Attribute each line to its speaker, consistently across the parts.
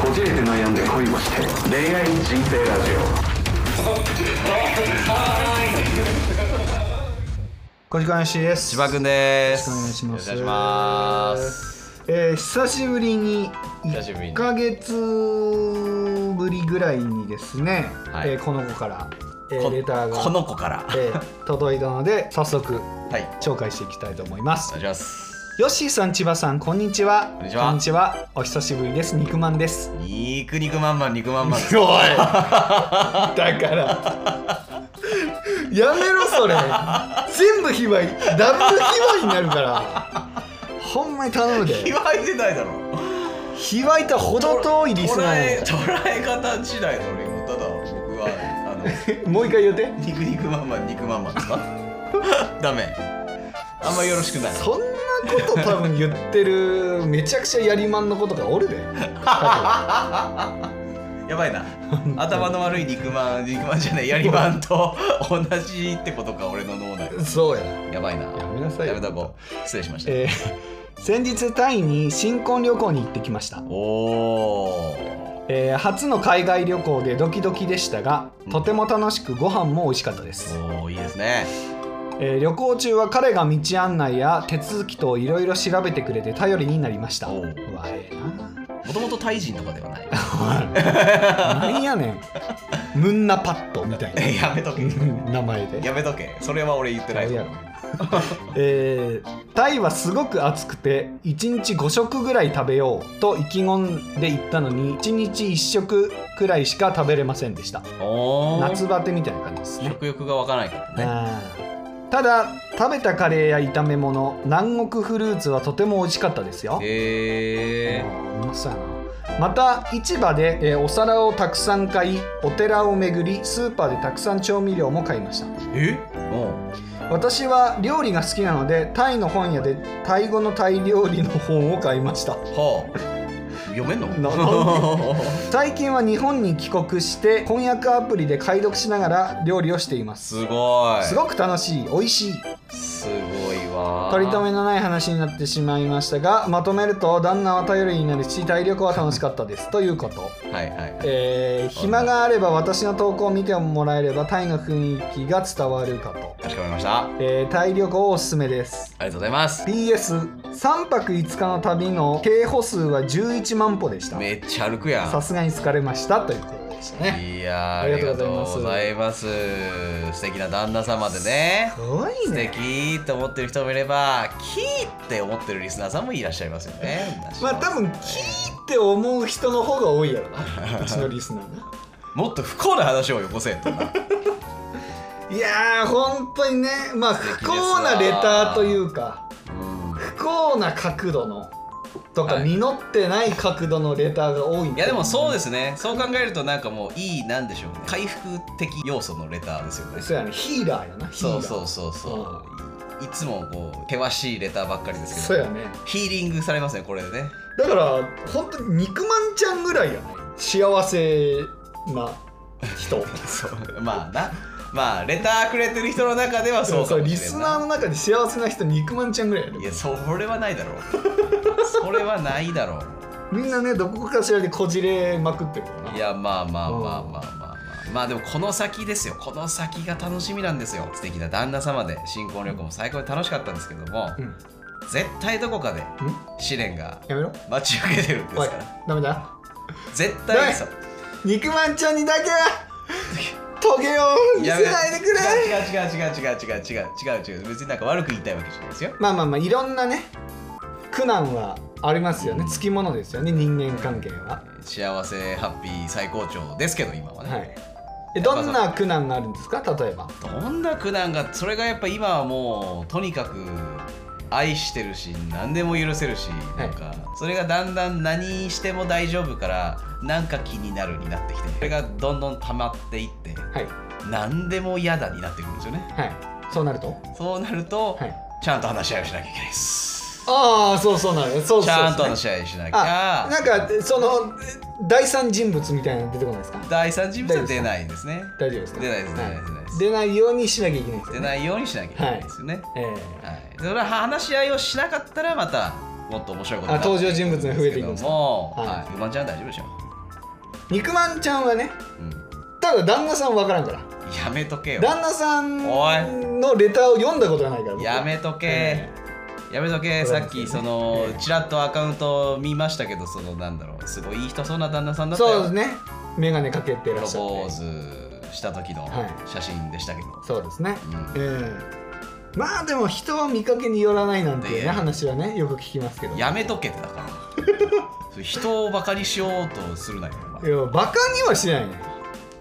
Speaker 1: こじれて悩んで恋をして恋愛人生ラジ
Speaker 2: 小時間しです
Speaker 3: 千葉くんです。
Speaker 2: よろしくお願いします
Speaker 3: よろくお願いします。
Speaker 2: えー久しぶりに
Speaker 3: 久しぶり
Speaker 2: 1
Speaker 3: に
Speaker 2: ヶ月ぶりぐらいにですね、
Speaker 3: はい
Speaker 2: えーこの子から、えー
Speaker 3: こ
Speaker 2: レターが
Speaker 3: この子から。
Speaker 2: えー届いたの で早速
Speaker 3: はい。
Speaker 2: 紹介していきたいと思います
Speaker 3: お願いします。
Speaker 2: ヨッシーさん千葉さんこんにちは
Speaker 3: こんにちは
Speaker 2: お久しぶりです肉まんです
Speaker 3: 肉肉まんまん肉まんまん。
Speaker 2: おい だからやめろ それ全部非売ダブル非売になるからほんまに頼むで
Speaker 3: 気は入ってないだろ。
Speaker 2: ひわいたほど遠いリス
Speaker 3: 捉
Speaker 2: ナ
Speaker 3: え
Speaker 2: ー
Speaker 3: 捉え方次第の俺もただ僕はあの
Speaker 2: をもう一回言う て
Speaker 3: 肉肉まんまん肉まんまんで すか。ダメ。あんまよろしくない。
Speaker 2: そんなこと多分言ってるめちゃくちゃやりまんのことがおる で多
Speaker 3: やばいな。頭の悪い肉まん肉まんじゃないやりまんと同じってことか俺の脳内。
Speaker 2: 分そうや
Speaker 3: やばいな。や
Speaker 2: やめなさいよ
Speaker 3: めとこう。失礼しました。
Speaker 2: えー先日タイに新婚旅行に行ってきました、
Speaker 3: おー。
Speaker 2: えー初の海外旅行でドキドキでしたがとても楽しくご飯も美味しかったです、
Speaker 3: おおいいですね
Speaker 2: えー旅行中は彼が道案内や手続きといろいろ調べてくれて頼りになりました
Speaker 3: お
Speaker 2: う
Speaker 3: う
Speaker 2: わええ
Speaker 3: もともとタイ人とかではない
Speaker 2: ななんやねんムンナパッドみたいな
Speaker 3: えやめとけ
Speaker 2: う ん名前で
Speaker 3: やめとけそれは俺言ってない
Speaker 2: あれやろえータイはすごく暑くて1日5食ぐらい食べようと意気込んで行ったのに1日1食くらいしか食べれませんでした
Speaker 3: お
Speaker 2: 夏バテみたいな感じですね
Speaker 3: 食欲がわからないからね
Speaker 2: あーただ食べたカレーや炒め物南国フルーツはとても美味しかったですよ
Speaker 3: へえ
Speaker 2: うまそうやなまた市場で、えーお皿をたくさん買いお寺を巡りスーパーでたくさん調味料も買いました
Speaker 3: えお
Speaker 2: 私は料理が好きなのでタイの本屋でタイ語のタイ料理の本を買いました
Speaker 3: はあ 読めんの
Speaker 2: な
Speaker 3: す
Speaker 2: 最近は日本に帰国して翻訳アプリで解読しながら料理をしています
Speaker 3: ごい
Speaker 2: す
Speaker 3: い
Speaker 2: ごく楽しい美味しい
Speaker 3: すごいわ
Speaker 2: 取り留めのない話になってしまいましたがまとめると旦那は頼りになるしタイ旅行は楽しかったですということ
Speaker 3: はいはいはい
Speaker 2: えー暇があれば私の投稿を見てもらえればタイの雰囲気が伝わるかと、
Speaker 3: かしこまりましたあ
Speaker 2: えータイ旅行おすすめです
Speaker 3: りがとうございます
Speaker 2: PS3 泊5日の旅の経歩数は11万歩でした
Speaker 3: めっちゃ歩くやん
Speaker 2: さすがに疲れましたということでしたね
Speaker 3: いやー
Speaker 2: あ
Speaker 3: あ
Speaker 2: り
Speaker 3: り
Speaker 2: が
Speaker 3: が
Speaker 2: と
Speaker 3: と
Speaker 2: う
Speaker 3: う
Speaker 2: ご
Speaker 3: ご
Speaker 2: ざ
Speaker 3: ざいます素敵な旦那様でね
Speaker 2: すごい
Speaker 3: 素
Speaker 2: ね
Speaker 3: 敵と思ってる人もいればキーって思ってるリスナーさんもいらっしゃいますよね
Speaker 2: まあ多分キーって思う人の方が多いやろ なうちのリスナーな
Speaker 3: もっと不幸な話をよこせとな
Speaker 2: いやー本当にねまあ
Speaker 3: 敵で
Speaker 2: 不
Speaker 3: すわ
Speaker 2: 幸なレターというか不幸な角度のとか
Speaker 3: はい
Speaker 2: 実ってない角度のレターが多いん
Speaker 3: いやでもそうですねそう考えるとなんかもういいなんでしょうね回復的要素のレターですよね
Speaker 2: そうやねヒーラーやなヒー
Speaker 3: そ
Speaker 2: ラー
Speaker 3: うそうそうそういいつもこう険しいレターばっかりです
Speaker 2: そ
Speaker 3: け
Speaker 2: う
Speaker 3: ど
Speaker 2: やね
Speaker 3: ヒーリングされますねこれでね
Speaker 2: だから本当に肉まんちゃんぐらいやね幸せな人
Speaker 3: そうまあなまあレターくれてる人の中ではそうかもしれんな
Speaker 2: リスナーの中で幸せな人肉まんちゃんぐらいや
Speaker 3: い
Speaker 2: ね
Speaker 3: やそれはないだろうそれはないだろ
Speaker 2: みんなねどこかしらでこじれまくってるからな
Speaker 3: う
Speaker 2: い
Speaker 3: やまあまあまあまあまあまあまあでもこの先ですよこの先が楽しみなんですよ素敵な旦那様で新婚旅行も最高に楽しかったんですけども、
Speaker 2: うんん
Speaker 3: 絶対どこかで試練が
Speaker 2: やめろ
Speaker 3: 待ち受けてるんです
Speaker 2: おい
Speaker 3: から
Speaker 2: ダメだ
Speaker 3: 絶対そう
Speaker 2: 肉まんちゃんにだけはトゲを見せないでくれ
Speaker 3: 違う違う違う違う違う違う違う違う別になんか悪く言いたいわけじゃないですよ
Speaker 2: まあまあまあいろんなね苦難はありますよねつきものですよね人間関係は
Speaker 3: 幸せハッピー最高潮ですけど今はね、
Speaker 2: はいえどんな苦難があるんですか例えば
Speaker 3: どんな苦難がそれがやっぱ今はもうとにかく愛してるし何でも許せるし
Speaker 2: は
Speaker 3: ないんかそれがだんだん何しても大丈夫からなんか気になるになってきてそれがどんどん溜まっていって
Speaker 2: はい
Speaker 3: 何でも嫌だになってくるんですよね
Speaker 2: はいそうなると
Speaker 3: そうなると
Speaker 2: はい
Speaker 3: ちゃんと話し合いをしなきゃいけないです
Speaker 2: ああそうそうなるそうそうそう
Speaker 3: ちゃんと話し合いしなき
Speaker 2: あ
Speaker 3: ゃ
Speaker 2: なんかその第三人物みたいなの出てこないですか
Speaker 3: 第三人物は出ないんですね
Speaker 2: 大丈夫ですか
Speaker 3: 出ないです出ないです出ないです
Speaker 2: 出ないようにしなきゃいけないですよ
Speaker 3: 出
Speaker 2: ね
Speaker 3: ないようにしなきゃいけないですよね、
Speaker 2: え
Speaker 3: はい、それは話し合いをしなかったらまたもっと面白いことにな
Speaker 2: あ登場人物が増えていくんですすか
Speaker 3: けども、
Speaker 2: はい
Speaker 3: はい、馬ちゃん大丈夫でしょ
Speaker 2: 肉まんちゃんはね
Speaker 3: うん、
Speaker 2: ただ旦那さん分からんから
Speaker 3: やめとけよ
Speaker 2: 旦那さん
Speaker 3: お
Speaker 2: のレターを読んだことがないから僕は
Speaker 3: やめとけ
Speaker 2: え
Speaker 3: やめとけ
Speaker 2: そ
Speaker 3: さ
Speaker 2: うなん
Speaker 3: っ
Speaker 2: ですよね
Speaker 3: きその
Speaker 2: ええ
Speaker 3: ちらっとアカウント見ましたけどそのなんだろうすごいいい人そうな旦那さんだったよ
Speaker 2: そうですね眼鏡かけて
Speaker 3: プ
Speaker 2: らっ
Speaker 3: ロ
Speaker 2: しゃっ
Speaker 3: ポー
Speaker 2: て
Speaker 3: ズした時の
Speaker 2: はい
Speaker 3: 写真でしたけど、
Speaker 2: そうですね
Speaker 3: うん
Speaker 2: うんまあでも人は見かけによらないなんていうね
Speaker 3: ね
Speaker 2: 話はねよく聞きますけどいや
Speaker 3: やめとけってだからそれ 人をバカにしようとするなよお前
Speaker 2: バカにはしないね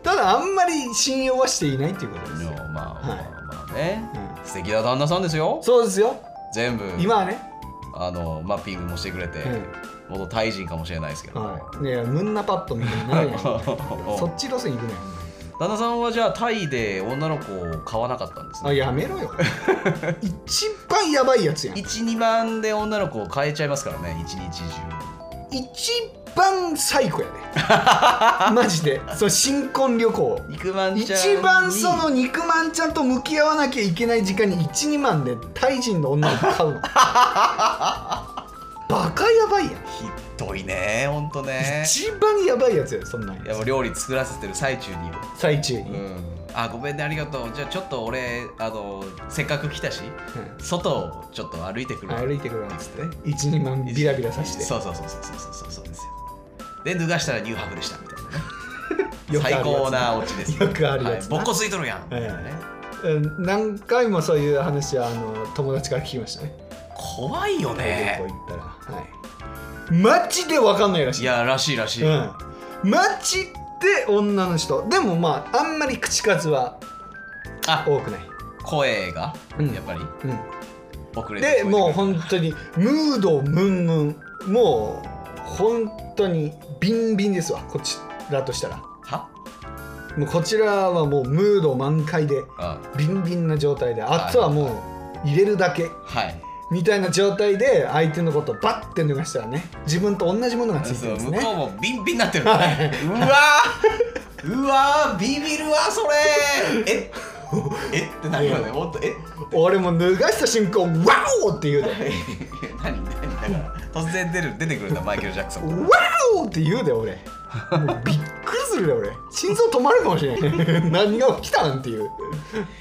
Speaker 2: ただあんまり信用はしていないっていうことです
Speaker 3: で
Speaker 2: よ
Speaker 3: も、まあ、
Speaker 2: はい
Speaker 3: まあまあね、
Speaker 2: う
Speaker 3: 素敵な旦那さんですよ
Speaker 2: そうですよ
Speaker 3: 全部
Speaker 2: 今はね、
Speaker 3: あのマッピングもしてくれて、元タイ人かもしれないですけ
Speaker 2: う
Speaker 3: ど、
Speaker 2: ん はい、ねムンナパッドみたいになるやんそっち路線行くね
Speaker 3: 旦那さんはじゃあタイで女の子を買わなかったんです
Speaker 2: あ
Speaker 3: ね
Speaker 2: やめろよ 一番やばいやつやん
Speaker 3: 12万で女の子を買えちゃいますからね一日中
Speaker 2: 一番最高やでマジでその新婚旅行
Speaker 3: 肉まんちゃんに
Speaker 2: 一番その肉まんちゃんと向き合わなきゃいけない時間に12万でタイ人の女を買うの バカやばいやん、
Speaker 3: ひどいねほんとね
Speaker 2: 一番やばいやつやそんなん
Speaker 3: いやもう料理作らせてる最中によ
Speaker 2: 最中に、
Speaker 3: うん、あごめんねありがとうじゃあちょっと俺あのせっかく来たし外をちょっと歩いてくるわ
Speaker 2: 歩いてくるなんつって12万ビラビラさして
Speaker 3: そうそうそうそうそうそうそうですよで脱がしたら乳白でしたみたいなね
Speaker 2: よくあるや
Speaker 3: 最
Speaker 2: つ
Speaker 3: 高なオチです
Speaker 2: よくあるやつ
Speaker 3: はい、ぼっこついとるやんみたいなね、
Speaker 2: うん何回もそういう話はあの友達から聞きましたね
Speaker 3: 怖いよ
Speaker 2: 旅
Speaker 3: ね
Speaker 2: 行行ったらはいマジで分かんないらしい
Speaker 3: いやらしいらしい、
Speaker 2: うん、マジで女の人でもまああんまり口数は
Speaker 3: あ
Speaker 2: 多くない、
Speaker 3: 声が
Speaker 2: うん
Speaker 3: やっぱり
Speaker 2: う
Speaker 3: 遅れ
Speaker 2: ん、
Speaker 3: て
Speaker 2: でもう
Speaker 3: う
Speaker 2: 本当にムードムンムンもう本当にビンビンですわこちらとしたら
Speaker 3: は
Speaker 2: もうこちらはもうムード満開で
Speaker 3: あ
Speaker 2: ビンビンな状態であとはもう入れるだけ
Speaker 3: はい
Speaker 2: みたいな状態で相手のことをバッて脱がしたらね自分と同じものがついて
Speaker 3: そ
Speaker 2: るん
Speaker 3: う
Speaker 2: です
Speaker 3: 向
Speaker 2: ね
Speaker 3: こうもビンビンなってるからねうわーうわービビるわそれええってなるよねほんとえ
Speaker 2: 俺も脱がした瞬間「ワオ!」って言うで
Speaker 3: 何何だから突然出る出てくるんだマイケル・ジャクソン
Speaker 2: ワオって言うで俺もうびっくりするで俺心臓止まるかもしれない 何が起きたんっていう、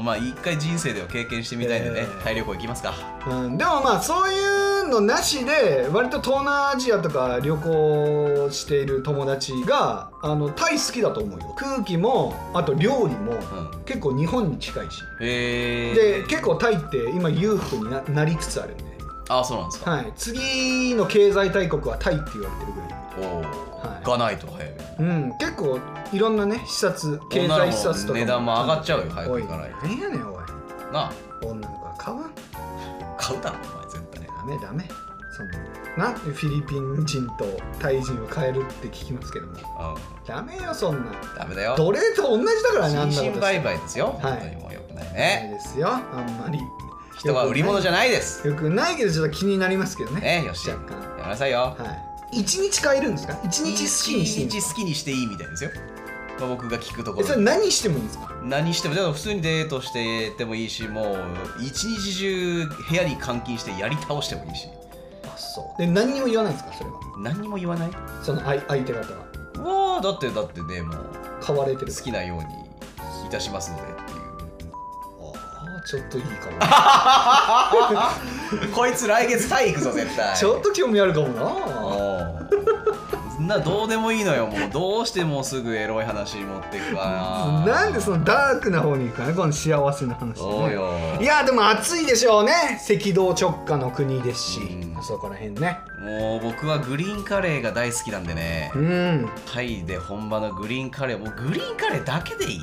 Speaker 3: まあ一回人生では経験してみたいんでね、
Speaker 2: えー
Speaker 3: タイ旅行行きますか
Speaker 2: うん、でもまあそういうのなしで割と東南アジアとか旅行している友達があのタイ好きだと思うよ空気もあと料理も
Speaker 3: うん
Speaker 2: 結構日本に近いし
Speaker 3: えー、
Speaker 2: で結構タイって今裕福にななりつつあるんで、
Speaker 3: あそうなんですか、
Speaker 2: はい、次の経済大国はタイって言われてるぐらい
Speaker 3: おお、
Speaker 2: はい
Speaker 3: がないと早い
Speaker 2: うん、結構いろんなね視察経
Speaker 3: 女の
Speaker 2: 済視
Speaker 3: 子
Speaker 2: 察と
Speaker 3: の
Speaker 2: か
Speaker 3: 値段も上がっちゃうよ早
Speaker 2: お
Speaker 3: く
Speaker 2: い
Speaker 3: 行かないと
Speaker 2: 何やねんおい
Speaker 3: な
Speaker 2: 女の子は買わん
Speaker 3: あ買うだろお前絶対
Speaker 2: ダメダメそんななフィリピン人とタイ人を変えるって聞きますけども
Speaker 3: う
Speaker 2: ダメよそんなん
Speaker 3: ダメだよ
Speaker 2: 奴隷と同じだからねあんなこと
Speaker 3: 人
Speaker 2: し
Speaker 3: 身
Speaker 2: た
Speaker 3: 売
Speaker 2: ら
Speaker 3: 買ですよ、
Speaker 2: はい
Speaker 3: 本当にもうよくない
Speaker 2: ダメ
Speaker 3: ね
Speaker 2: ですよあんまり
Speaker 3: 人は売り物じゃないです
Speaker 2: よくないけどちょっと気になりますけどね
Speaker 3: ねよしや
Speaker 2: 若干
Speaker 3: めなさいよ
Speaker 2: はい一日変えるんですか一日好きにしていいんで
Speaker 3: 一
Speaker 2: すか
Speaker 3: 日好きにしていいみたいですよ、まあ、僕が聞くとこ
Speaker 2: えそれ
Speaker 3: ろ
Speaker 2: 何してもいいんですか
Speaker 3: 何してもじゃあ普通にデートしててもいいしもう一日中部屋に監禁してやり倒してもいいし
Speaker 2: あそうで何にも言わないんですかそれは
Speaker 3: 何にも言わないう
Speaker 2: その相相手方は
Speaker 3: わあだってだってねもう
Speaker 2: 買われてる
Speaker 3: 好きなようにいたしますのでってい
Speaker 2: ああちょっといいかも
Speaker 3: うこいつ来月タイ行くぞ絶対
Speaker 2: ちょっと興味あるかも
Speaker 3: お
Speaker 2: な
Speaker 3: ーそんなどうでもいいのよもうどうしてもうすぐエロい話持ってくから
Speaker 2: なんでそのダークな方に行くかねこの幸せな話、ね、
Speaker 3: そうよ
Speaker 2: いやでも暑いでしょうね赤道直下の国ですし、
Speaker 3: うん
Speaker 2: あそこら辺ね
Speaker 3: もう僕はグリーンカレーが大好きなんでね
Speaker 2: うん
Speaker 3: タイで本場のグリーンカレーもうグリーンカレーだけでいい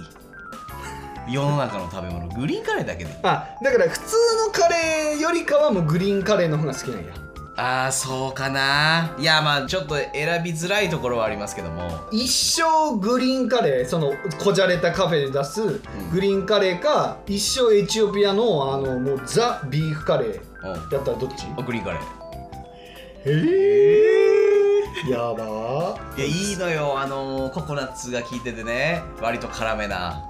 Speaker 3: 世の中の食べ物グリーンカレーだけでいい
Speaker 2: あだから普通のカレーよりかはもうグリーンカレーの方が好きなんや
Speaker 3: ああそうかないやまあちょっと選びづらいところはありますけども
Speaker 2: 一生グリーンカレーそのこじゃれたカフェで出すグリーンカレーか一生エチオピアのあのもうザ・ビーフカレー
Speaker 3: う
Speaker 2: だったらどっち
Speaker 3: んグリーンカレー
Speaker 2: ええやばー
Speaker 3: いやいいのよあのーココナッツが効いててね割と辛めな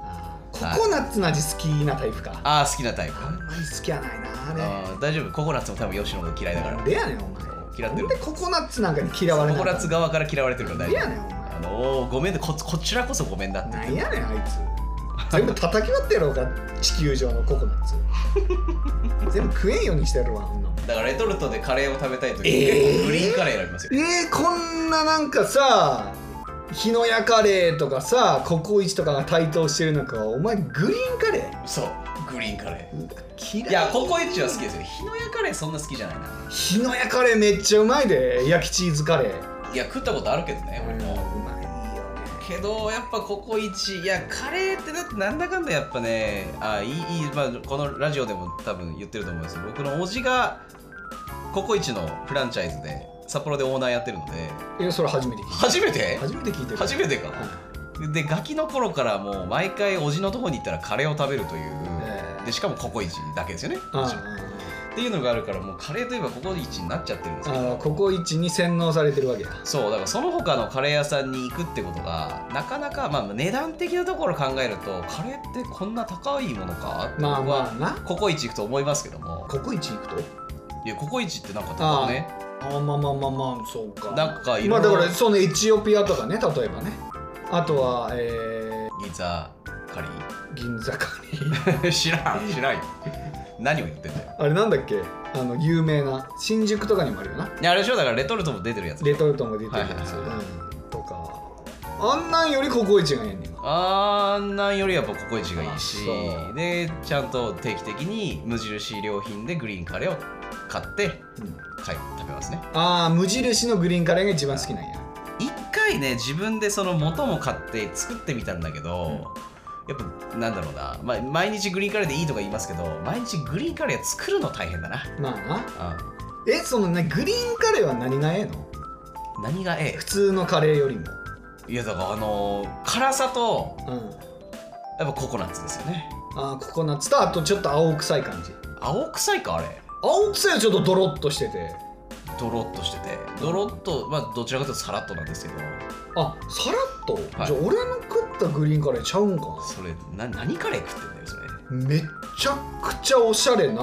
Speaker 2: ココナッツの味好きなタイプか
Speaker 3: ああ好きなタイプ
Speaker 2: あんまり好きやないなあれ
Speaker 3: あー大丈夫ココナッツも多分吉野が嫌いだか
Speaker 2: な
Speaker 3: ら
Speaker 2: んでやねんお前
Speaker 3: 嫌っ
Speaker 2: な
Speaker 3: てる
Speaker 2: んでココナッツなんかに嫌われ
Speaker 3: コ
Speaker 2: な
Speaker 3: コ
Speaker 2: い
Speaker 3: ナッツ側から嫌われてるか
Speaker 2: なん
Speaker 3: ら大
Speaker 2: で
Speaker 3: 丈
Speaker 2: やねんお前
Speaker 3: あのーごめんねここちらこそごめんだって
Speaker 2: なんやねんあいつ全部叩き割ってやろうか地球上のココナッ ツ全部食えんようにしてやろうわこんなもん
Speaker 3: だからレトルトでカレーを食べたい時、
Speaker 2: えー
Speaker 3: グリーンカレー選びますよ
Speaker 2: えー、こんななんかさ日の屋カレーとかさココイチとかが台頭してる中お前グリーンカレー
Speaker 3: そうグリーンカレ
Speaker 2: 嫌
Speaker 3: ーいやココイチは好きですよ日の屋カレーそんな好きじゃないな
Speaker 2: 日の屋カレーめっちゃうまいで焼きチーズカレー
Speaker 3: いや食ったことあるけどね俺も、
Speaker 2: うまいよね
Speaker 3: けどやっぱココイチいやカレーってだってなんだかんだやっぱねあいいいい、まあ、このラジオでも多分言ってると思うんですけど僕の叔父がココイチのフランチャイズで札幌でオーナーやってるので
Speaker 2: えそれ初めて聞い
Speaker 3: 初めて
Speaker 2: た初めて聞いてる
Speaker 3: 初めてか
Speaker 2: はい
Speaker 3: でガキの頃からもう毎回叔父のとこに行ったらカレーを食べるという、
Speaker 2: えー
Speaker 3: でしかもココイチだけですよね、
Speaker 2: うんうん
Speaker 3: っていうのがあるからもうカレーといえばココイチになっちゃってるんですけ
Speaker 2: うんあ
Speaker 3: ど
Speaker 2: ーココイチに洗脳されてるわけだ
Speaker 3: そうだからその他のカレー屋さんに行くってことがなかなか、まあ、値段的なところを考えるとカレーってこんな高いものかって
Speaker 2: まあ
Speaker 3: 僕
Speaker 2: まあ
Speaker 3: は
Speaker 2: な
Speaker 3: ココイチ行くと思いますけども
Speaker 2: ココイチ行くと
Speaker 3: いやココイチってなんか高くね
Speaker 2: あーまあまあまあまあそうか
Speaker 3: なんかい
Speaker 2: ま
Speaker 3: ろ
Speaker 2: あ
Speaker 3: い
Speaker 2: だ
Speaker 3: ろ
Speaker 2: からそのエチオピアとかね例えばねあとは、え
Speaker 3: ギザカリ
Speaker 2: ー銀座カレー
Speaker 3: ー 知らん知らんよ何を言ってんだよ
Speaker 2: あれなんだっけあの有名な新宿とかにもあるよない
Speaker 3: やあれでしょだからレトルトも出てるやつ
Speaker 2: レトルトも出てるやつ、
Speaker 3: はいはいは
Speaker 2: うんとかあんなんよりココイチがええねん今
Speaker 3: あんなんよりやっぱココイチがいいし
Speaker 2: あそう
Speaker 3: でちゃんと定期的に無印良品でグリーンカレーを買って
Speaker 2: うん
Speaker 3: 買い食べますね
Speaker 2: ああ無印のグリーンカレーが一番好きなんや
Speaker 3: 一回ね自分でその元も買って作ってみたんだけど、やっぱなんだろうな、まあ、毎日グリーンカレーでいいとか言いますけど毎日グリーンカレー作るの大変だな、
Speaker 2: まあな
Speaker 3: う
Speaker 2: えそのねグリーンカレーは何がええの
Speaker 3: ん、何がえ
Speaker 2: 普通のカレーよりも
Speaker 3: えいやだからあのー辛さと
Speaker 2: うん
Speaker 3: やっぱココナッツですよね
Speaker 2: あーココナッツとあとちょっと青臭い感じ
Speaker 3: 青臭いかあれ
Speaker 2: 青臭いはちょっとドロッとしてて
Speaker 3: ドロッとしててドロッとまあどちらかというとサラッとなんですけど
Speaker 2: あさらっと、
Speaker 3: はい
Speaker 2: じゃあ俺の食ったグリーンカレーちゃうんか
Speaker 3: それな何カレー食ってんだよそれ
Speaker 2: なめっちゃくちゃおしゃれな
Speaker 3: うん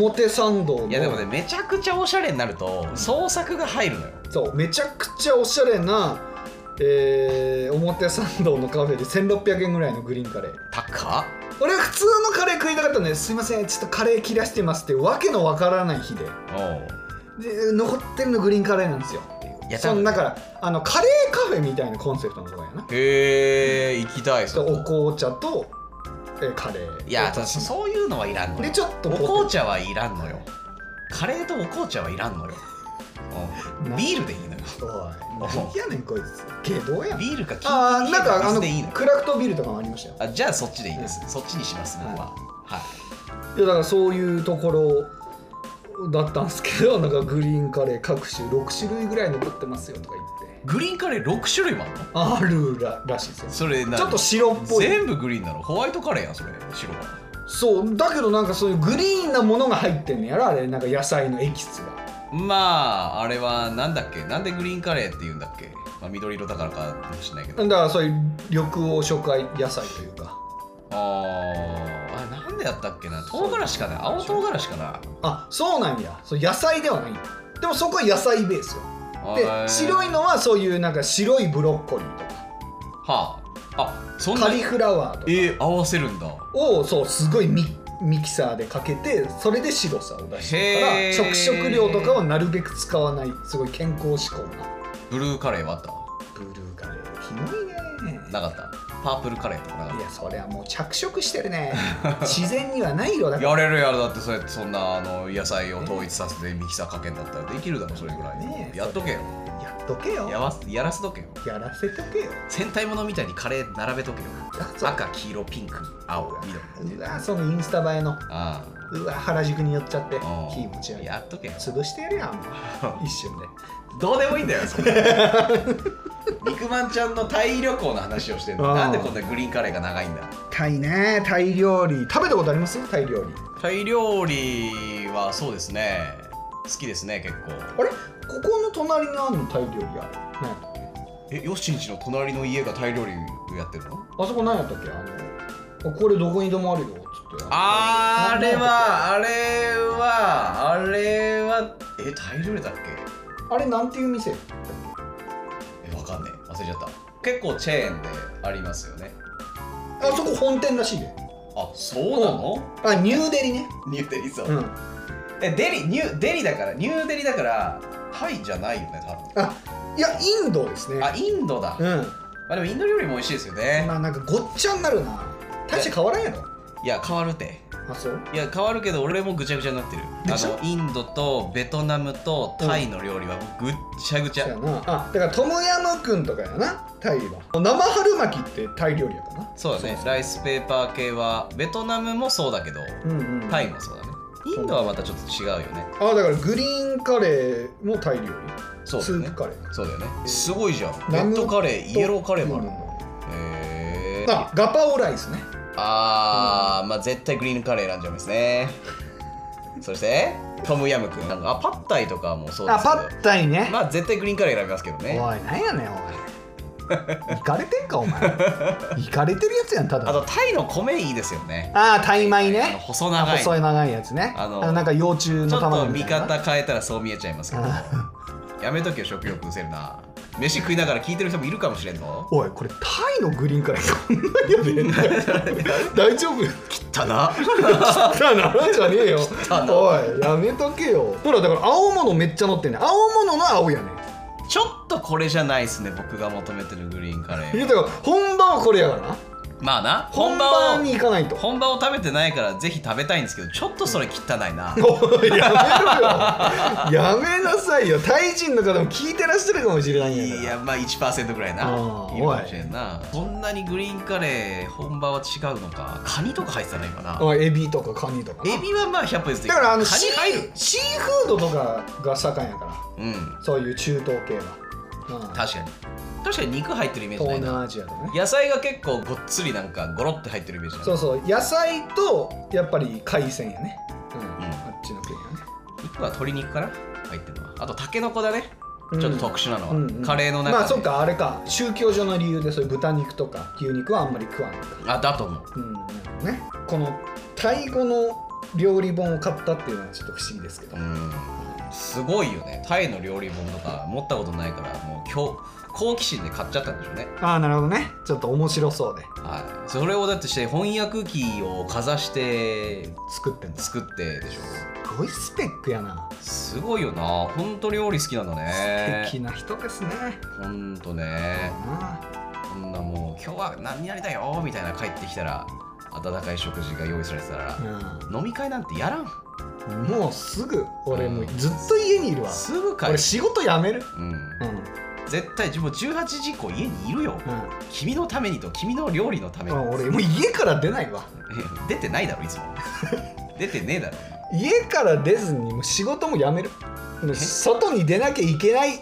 Speaker 2: 表参道の
Speaker 3: いやでもねめちゃくちゃおしゃれになると創作が入るのよ
Speaker 2: そうめちゃくちゃおしゃれな、えー表参道のカフェで1600円ぐらいのグリーンカレー
Speaker 3: 高っ
Speaker 2: 俺は普通のカレー食いたかったんですいませんちょっとカレー切らしてますってわけのわからない日で
Speaker 3: おう
Speaker 2: で残ってるのグリーンカレーなんですよ
Speaker 3: いや
Speaker 2: そ
Speaker 3: 多
Speaker 2: の
Speaker 3: 分
Speaker 2: だからあのカレーカフェみたいなコンセプトのとこやな
Speaker 3: へえ行きたい
Speaker 2: ちょ
Speaker 3: そ
Speaker 2: っ
Speaker 3: こと
Speaker 2: お紅茶と、えーカレー
Speaker 3: いや
Speaker 2: と
Speaker 3: そそういうのはいらんのよ
Speaker 2: でちょっと
Speaker 3: お
Speaker 2: ポテ
Speaker 3: 紅茶はいらんのよカレーとお紅茶はいらんのようん
Speaker 2: な
Speaker 3: ビールでいいのよ
Speaker 2: おい
Speaker 3: お
Speaker 2: 何やねんこいつゲドやん
Speaker 3: ビールかキ
Speaker 2: ああなんかあの
Speaker 3: でいいのよ
Speaker 2: クラフトビールとかもありましたよ
Speaker 3: あじゃあそっちでいいです、そっちにします僕ははい、
Speaker 2: いやだからそういうところだったんですけどなん かグリーンカレー各種6種類ぐらい残ってますよとか言って
Speaker 3: グリーンカレー6種類もあるの
Speaker 2: あるららしいですよ
Speaker 3: それな
Speaker 2: ちょっと白っぽい
Speaker 3: 全部グリーンなのホワイトカレーやんそれ白は
Speaker 2: そうだけどなんかそういうグリーンなものが入ってんねやろあれなんか野菜のエキスが
Speaker 3: まああれはなんだっけなんでグリーンカレーって言うんだっけ、まあ、緑色だからかもしれないけど
Speaker 2: だからそういう緑黄色野菜というか
Speaker 3: あーあなんでやったっけな唐辛子かな青唐辛子かな
Speaker 2: あそうなんやそう野菜ではないんだでもそこは野菜ベースよ
Speaker 3: あー
Speaker 2: で白いのはそういうなんか白いブロッコリーとか
Speaker 3: はああそん
Speaker 2: カ
Speaker 3: な
Speaker 2: リ
Speaker 3: に
Speaker 2: フラワーとか
Speaker 3: えー合わせるんだ
Speaker 2: をそうすごいミミキサーでかけてそれで白さを出してるから
Speaker 3: へー
Speaker 2: 食食料とかはなるべく使わないすごい健康志向な
Speaker 3: ブルーカレーはあった
Speaker 2: ブルーカレーひどいね
Speaker 3: なかったパープルカレーとかなかっ
Speaker 2: いやそれはもう着色してる ね自然にはない色だ
Speaker 3: た
Speaker 2: から
Speaker 3: やれるやるだってそれそんなあの野菜を統一させてミキサーかけんだったらできるだろそれぐらい、
Speaker 2: ねえ
Speaker 3: やっとけよ
Speaker 2: やっとけよ
Speaker 3: やわすやらせとけよ
Speaker 2: やらせとけよ
Speaker 3: 戦隊ものみたいにカレー並べとけよ
Speaker 2: だ
Speaker 3: 赤黄色ピンク青緑
Speaker 2: うわそのインスタ映えの
Speaker 3: あ
Speaker 2: うわ原宿に寄っちゃって
Speaker 3: あ
Speaker 2: 気持ち悪い
Speaker 3: やっとけよ
Speaker 2: 潰してやる やんもう一瞬で
Speaker 3: どうでもいいんだ よそれ肉まんちゃんのタイ旅行の話をしてる
Speaker 2: あ
Speaker 3: の
Speaker 2: ー
Speaker 3: なんでこんなグリーンカレーが長いんだ
Speaker 2: タイねタイ料理食べたことありますタイ料理
Speaker 3: タイ料理はそうですね好きですね結構
Speaker 2: あれここの隣にあんのタイ料理あるね
Speaker 3: えヨッシンちの隣の家がタイ料理やってるの
Speaker 2: あそこ何やったっけあのあこれどこにでもあるよっつって
Speaker 3: あーあ
Speaker 2: な
Speaker 3: れはあれはあれはえタイ料理だっ
Speaker 2: あれなんていう店
Speaker 3: けえわかんねえ忘忘れちゃった結構チェーンでありますよね
Speaker 2: あそこ本店らしいで
Speaker 3: あそうなの、
Speaker 2: あニューデリね
Speaker 3: ニューデリそう、
Speaker 2: うん
Speaker 3: えデリニューデリだからニューデリだからタイじゃないよね多
Speaker 2: あいやインドですね
Speaker 3: 分あインドだ、
Speaker 2: う
Speaker 3: ま
Speaker 2: ん
Speaker 3: あでもインド料理も美味しいですよね、
Speaker 2: まあなんかごっちゃになるな大して変わらんやろ
Speaker 3: いや変わるて
Speaker 2: あそう
Speaker 3: いや変わるけど俺もぐちゃぐちゃになってる
Speaker 2: で
Speaker 3: あ
Speaker 2: しょ
Speaker 3: のインドとベトナムとタイの料理はぐっちゃぐちゃ、
Speaker 2: そうやなあだからトムヤムくんとかやなタイは生春巻きってタイ料理やからな
Speaker 3: そうだね
Speaker 2: そう
Speaker 3: ライスペーパー系はベトナムもそうだけど、
Speaker 2: うんうん
Speaker 3: タイもそうだねインドはまたちょっと違うよね
Speaker 2: あだからグリーンカレーもタイ料理
Speaker 3: そうだ
Speaker 2: ス
Speaker 3: よ
Speaker 2: ー
Speaker 3: ね
Speaker 2: プカレー
Speaker 3: そうだよねすごいじゃんレ
Speaker 2: ナム
Speaker 3: ッドカレーイエローカレーもあ
Speaker 2: う
Speaker 3: る
Speaker 2: ん
Speaker 3: へえ
Speaker 2: あガパオライスね
Speaker 3: あーまあ絶対グリーンカレー選んじゃいます ねそしてトムヤムくんなんかあパッタイとかもそうですけど
Speaker 2: タイね
Speaker 3: まあ絶対グリーンカレー選びますけどね
Speaker 2: おいなんやね んおいいかれてんかお前いかれてるやつやんただ
Speaker 3: あとタイの米いいですよね
Speaker 2: ああタイ米
Speaker 3: あの
Speaker 2: ね
Speaker 3: 細
Speaker 2: あ
Speaker 3: 長いち
Speaker 2: 細
Speaker 3: ょ
Speaker 2: い長いやつね
Speaker 3: あの
Speaker 2: あのなんか幼虫の
Speaker 3: っと
Speaker 2: 卵み
Speaker 3: 見
Speaker 2: たいな
Speaker 3: 方変えたらそう見えちゃいますけど
Speaker 2: あ
Speaker 3: やめとけよ食欲うせるな飯食いながら聞いてる人もいるかもしれんぞ
Speaker 2: おいこれタイのグリーンカレーそんなにやべえんだよ大丈夫
Speaker 3: ただ
Speaker 2: ななんじゃねえよ
Speaker 3: な
Speaker 2: おいやめとけよほらだから青物めっちゃ乗ってんねん青物の青やねん
Speaker 3: ちょっとこれじゃないっすね僕が求めてるグリーンカ
Speaker 2: い
Speaker 3: レー
Speaker 2: やだから本場はこれやからな
Speaker 3: まあな
Speaker 2: 本
Speaker 3: 本場
Speaker 2: 場
Speaker 3: を
Speaker 2: に行かないと
Speaker 3: 本場を食べてないからぜひ食べたいんですけどちょっとそれ汚いな
Speaker 2: おいやめろよやめなさいよタイ人の方も聞いてらっしゃるかもしれないんやから
Speaker 3: いやまあ1%ぐらいな
Speaker 2: あー
Speaker 3: いるかもしれんなそんなにグリーンカレー本場は違うのかカニとか入ってたね今な
Speaker 2: おいエビとかカニとかな
Speaker 3: エビはまあ100歩譲ってい
Speaker 2: だ
Speaker 3: く
Speaker 2: からあの
Speaker 3: カ
Speaker 2: シ
Speaker 3: ニ
Speaker 2: ー
Speaker 3: 入る
Speaker 2: シーフードとかが盛んやから
Speaker 3: うん
Speaker 2: そういう中東系は、うん
Speaker 3: 確かに確かに肉入ってるイメージ
Speaker 2: 東
Speaker 3: ない
Speaker 2: 南
Speaker 3: な
Speaker 2: アジアとかね
Speaker 3: 野菜が結構ごっつりなんかゴロって入ってるイメージない
Speaker 2: そうそう野菜とやっぱり海鮮やね、うんあっちの国やね
Speaker 3: 肉は鶏肉かな入ってるのはあとタケノコだね
Speaker 2: うん
Speaker 3: ちょっと特殊なの
Speaker 2: う
Speaker 3: は、
Speaker 2: んうん
Speaker 3: カレーの中で、
Speaker 2: まあそっかあれか宗教上の理由でそういう豚肉とか牛肉はあんまり食わないか
Speaker 3: あだと思
Speaker 2: う
Speaker 3: う
Speaker 2: んなるほどねこのタイ語の料理本を買ったっていうのはちょっと不思議ですけど、
Speaker 3: うんすごいよねタイの料理本とか持ったことないからもう今日好奇心で買っちゃったんでしょうね
Speaker 2: ああなるほどねちょっと面白そうで
Speaker 3: はいそれをだってして翻訳機をかざして
Speaker 2: 作ってんだす
Speaker 3: 作ってでしょ
Speaker 2: ごいスペックやな、
Speaker 3: すごいよなほんと料理好きなんだ
Speaker 2: 素敵
Speaker 3: ね
Speaker 2: な人ですね、
Speaker 3: ほんとね
Speaker 2: な
Speaker 3: こんなもう今日は何々だよみたいな帰ってきたら温かい食事が用意されてたら
Speaker 2: あうん
Speaker 3: 飲み会なんてやらん
Speaker 2: もうすぐ俺もう
Speaker 3: うん
Speaker 2: ずっと家にいるわ、
Speaker 3: すぐ帰
Speaker 2: 俺
Speaker 3: る
Speaker 2: 仕事辞める
Speaker 3: うん
Speaker 2: うん、うん
Speaker 3: 絶対自分18時以降家にいるよ君のためにと君の料理のために
Speaker 2: あ俺もう家から出ないわ
Speaker 3: え出てないだろいつも 出てねえだろ
Speaker 2: 家から出ずにもう仕事も辞めるもう外に出なきゃいけない
Speaker 3: 違う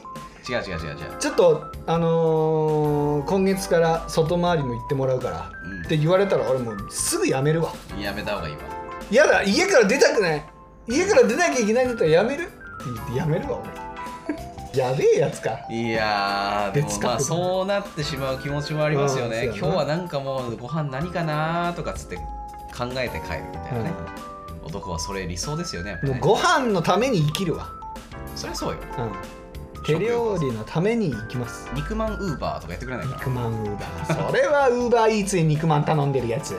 Speaker 3: 違う違う違う、
Speaker 2: ちょっとあのー今月から外回りも行ってもらうからって言われたら俺もうすぐ辞めるわ
Speaker 3: うん、やめた方がいいわ
Speaker 2: やだ家から出たくない家から出なきゃいけないんだったら辞めるって言って辞めるわ俺 やべえやつか
Speaker 3: いやーでも
Speaker 2: 別
Speaker 3: まあ
Speaker 2: 角度
Speaker 3: そうなってしまう気持ちもありますよね
Speaker 2: うん
Speaker 3: 今
Speaker 2: そうや
Speaker 3: 日
Speaker 2: な
Speaker 3: はなんかもうご飯何かなーとかつって考えて帰るみたいなね、男はそれ理想ですよねやっぱ
Speaker 2: もう
Speaker 3: ね
Speaker 2: ご飯のために生きるわ、
Speaker 3: そりゃそうよ
Speaker 2: うん、手料理のために行きます
Speaker 3: 肉まんウーバーとかやってくれない
Speaker 2: 肉
Speaker 3: か
Speaker 2: まんウーバーそれはウーバーイーツに肉まん頼んでるやつ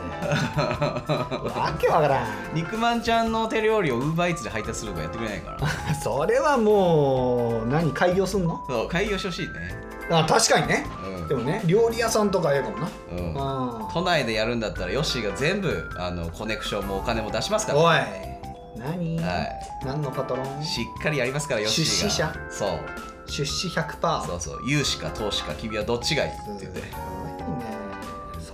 Speaker 3: な
Speaker 2: わけわからん
Speaker 3: 肉まんちゃんの手料理をウーバーイーツで配達するとかやってくれないか な
Speaker 2: それはもう何開業すんの
Speaker 3: そう開業してほしいね
Speaker 2: あ確かにね
Speaker 3: うん
Speaker 2: でもね料理屋さんとかええかもな
Speaker 3: うん
Speaker 2: あ
Speaker 3: 都内でやるんだったらヨッシーが全部あのコネクションもお金も出しますから、
Speaker 2: おい何、
Speaker 3: は
Speaker 2: 何のパトロン
Speaker 3: い、しっかりやりますからヨッシーが
Speaker 2: 出資者
Speaker 3: そう
Speaker 2: 出資100%
Speaker 3: そうそう融資か投資か君はどっちがいいって言って
Speaker 2: すごいね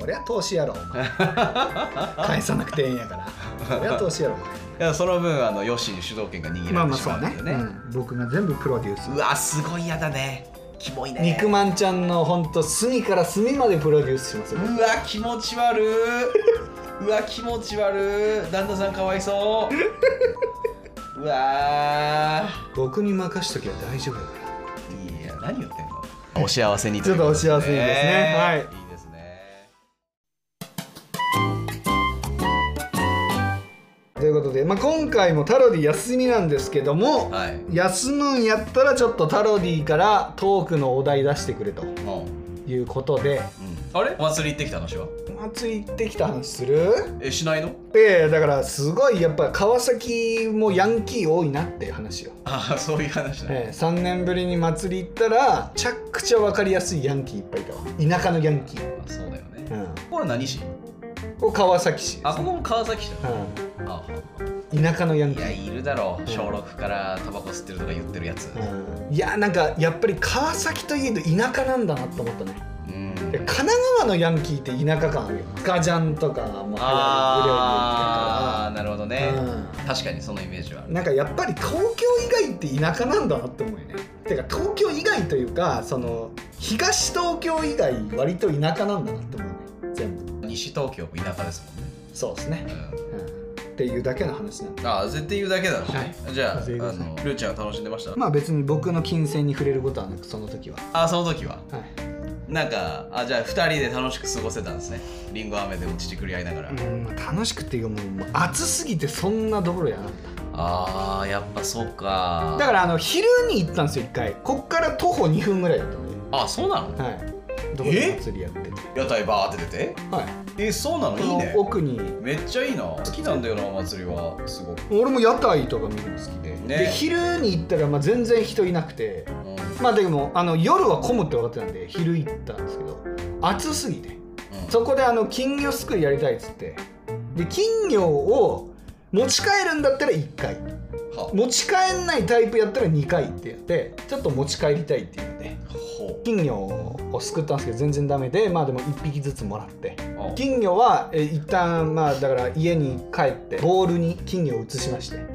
Speaker 2: そりゃ投資や ろお前返さなくてええんやからそりゃ投資や ろお
Speaker 3: いやその分あのヨッシーに主導権が握
Speaker 2: 前ま
Speaker 3: ら
Speaker 2: あ
Speaker 3: れ
Speaker 2: ま
Speaker 3: て
Speaker 2: あ
Speaker 3: し
Speaker 2: そ
Speaker 3: まう
Speaker 2: うん
Speaker 3: だ
Speaker 2: ね
Speaker 3: よね,、
Speaker 2: うん僕が全部プロデュース
Speaker 3: うわすごい嫌だねキモいね
Speaker 2: 肉まんちゃんの本当隅から隅までプロデュースしますよ
Speaker 3: うわ気持ち悪いうわ気持ち悪い旦那さんかわいそううわ
Speaker 2: 僕に任しときゃ大丈夫だから
Speaker 3: いや何言ってんのお幸せに
Speaker 2: ちょっとお幸せにですねはい
Speaker 3: いいですね
Speaker 2: ということで、まあ、今回もタロディ休みなんですけども、
Speaker 3: はい
Speaker 2: 休むんやったらちょっとタロディからトークのお題出してくれと
Speaker 3: もう
Speaker 2: いうことで
Speaker 3: あれお祭り行ってきた話は
Speaker 2: お祭り行ってきた話する
Speaker 3: えしないの
Speaker 2: ええだからすごいやっぱ川崎もヤンキー多いなっていう話よ、
Speaker 3: ああそういう話だ、
Speaker 2: ええ3年ぶりに祭り行ったらちゃくちゃ分かりやすいヤンキーいっぱいいたわ田舎のヤンキー、
Speaker 3: まあ、そうだよね
Speaker 2: う
Speaker 3: こ
Speaker 2: ん、
Speaker 3: こは何市
Speaker 2: これ川崎市です
Speaker 3: あここも川崎市だあ
Speaker 2: うん、田舎のヤン
Speaker 3: い
Speaker 2: キ
Speaker 3: や
Speaker 2: ー
Speaker 3: いるだろう小6からタバコ吸ってるとか言ってるやつ
Speaker 2: うんいやなんかやっぱり川崎といえど田舎なんだなと思ったね
Speaker 3: うん
Speaker 2: で神奈川のヤンキーって田舎感あるよガジャンとかも流行る無料に行ってるから、う
Speaker 3: ああなるほどね
Speaker 2: ん
Speaker 3: 確かにそのイメージはある
Speaker 2: なんかやっぱり東京以外って田舎なんだなって思うよね。てか東京以外というかその東東京以外割と田舎なんだなって思うね全部
Speaker 3: 西東京も田舎ですもんね
Speaker 2: そうですね、う
Speaker 3: う
Speaker 2: ん、っていうだけの話なんで
Speaker 3: んああ絶対言うだけだろうねじゃああ
Speaker 2: ぜひぜひ
Speaker 3: のルーちゃんは楽しんでました
Speaker 2: まあ別に僕の金銭に触れることはなくその時は、
Speaker 3: あその時は
Speaker 2: はい
Speaker 3: なんかあじゃあ2人で楽しく過ごせたんですねりんご飴でも乳くり合いながら、
Speaker 2: うんまあ楽しくっていうかもうもう暑すぎてそんなところやなかっ
Speaker 3: あーやっぱそう
Speaker 2: た
Speaker 3: か
Speaker 2: だからあの昼に行ったんですよ1回こっから徒歩2分ぐらいだったのね
Speaker 3: あそうなの
Speaker 2: はいどこで祭りやってて
Speaker 3: 屋台バーって出て
Speaker 2: はい
Speaker 3: えそうなのいいね
Speaker 2: この奥に
Speaker 3: めっちゃいいな好きなんだよなお祭りはすごく、
Speaker 2: 俺も屋台とか見るの好きで、
Speaker 3: ね
Speaker 2: で昼に行ったらまあ全然人いなくて
Speaker 3: うんうん
Speaker 2: まあでもあの夜は混むって分かってたんで昼行ったんですけど暑すぎてそこであの金魚すくいやりたいっつってで金魚を持ち帰るんだったら1回
Speaker 3: は
Speaker 2: 持ち帰んないタイプやったら2回ってやってちょっと持ち帰りたいっていうので
Speaker 3: ほ
Speaker 2: 金魚をすくったんですけど全然ダメでまあでも1匹ずつもらって
Speaker 3: う
Speaker 2: 金魚はえ一旦まあだから家に帰ってボールに金魚を移しまして
Speaker 3: うん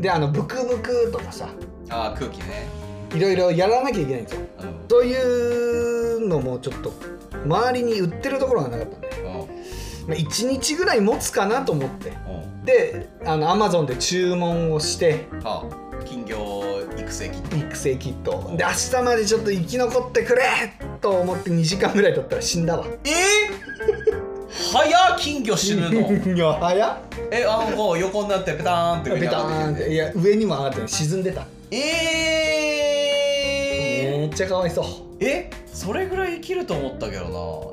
Speaker 2: であのブクブクとかさ
Speaker 3: あー空気ね、
Speaker 2: いろいろやらなきゃいけないんですよ
Speaker 3: うん
Speaker 2: そういうのもちょっと周りに売ってるところがなかったんで、
Speaker 3: うん
Speaker 2: まあ、1日ぐらい持つかなと思って
Speaker 3: うん
Speaker 2: であの Amazon で注文をして
Speaker 3: はあ金魚育成キット
Speaker 2: 育成キットをで明日までちょっと生き残ってくれと思って2時間ぐらい経ったら死んだわ
Speaker 3: えー、早っ金魚死 ぬの
Speaker 2: いや早っ
Speaker 3: えあのこう横になってペターンって上に
Speaker 2: ベ
Speaker 3: 上
Speaker 2: タ
Speaker 3: が
Speaker 2: ーン
Speaker 3: っ
Speaker 2: ってて
Speaker 3: き
Speaker 2: いや上にも上がってない沈んでた
Speaker 3: てえ
Speaker 2: めっちゃかわいそう
Speaker 3: ー、えそれぐらい生きると思ったけど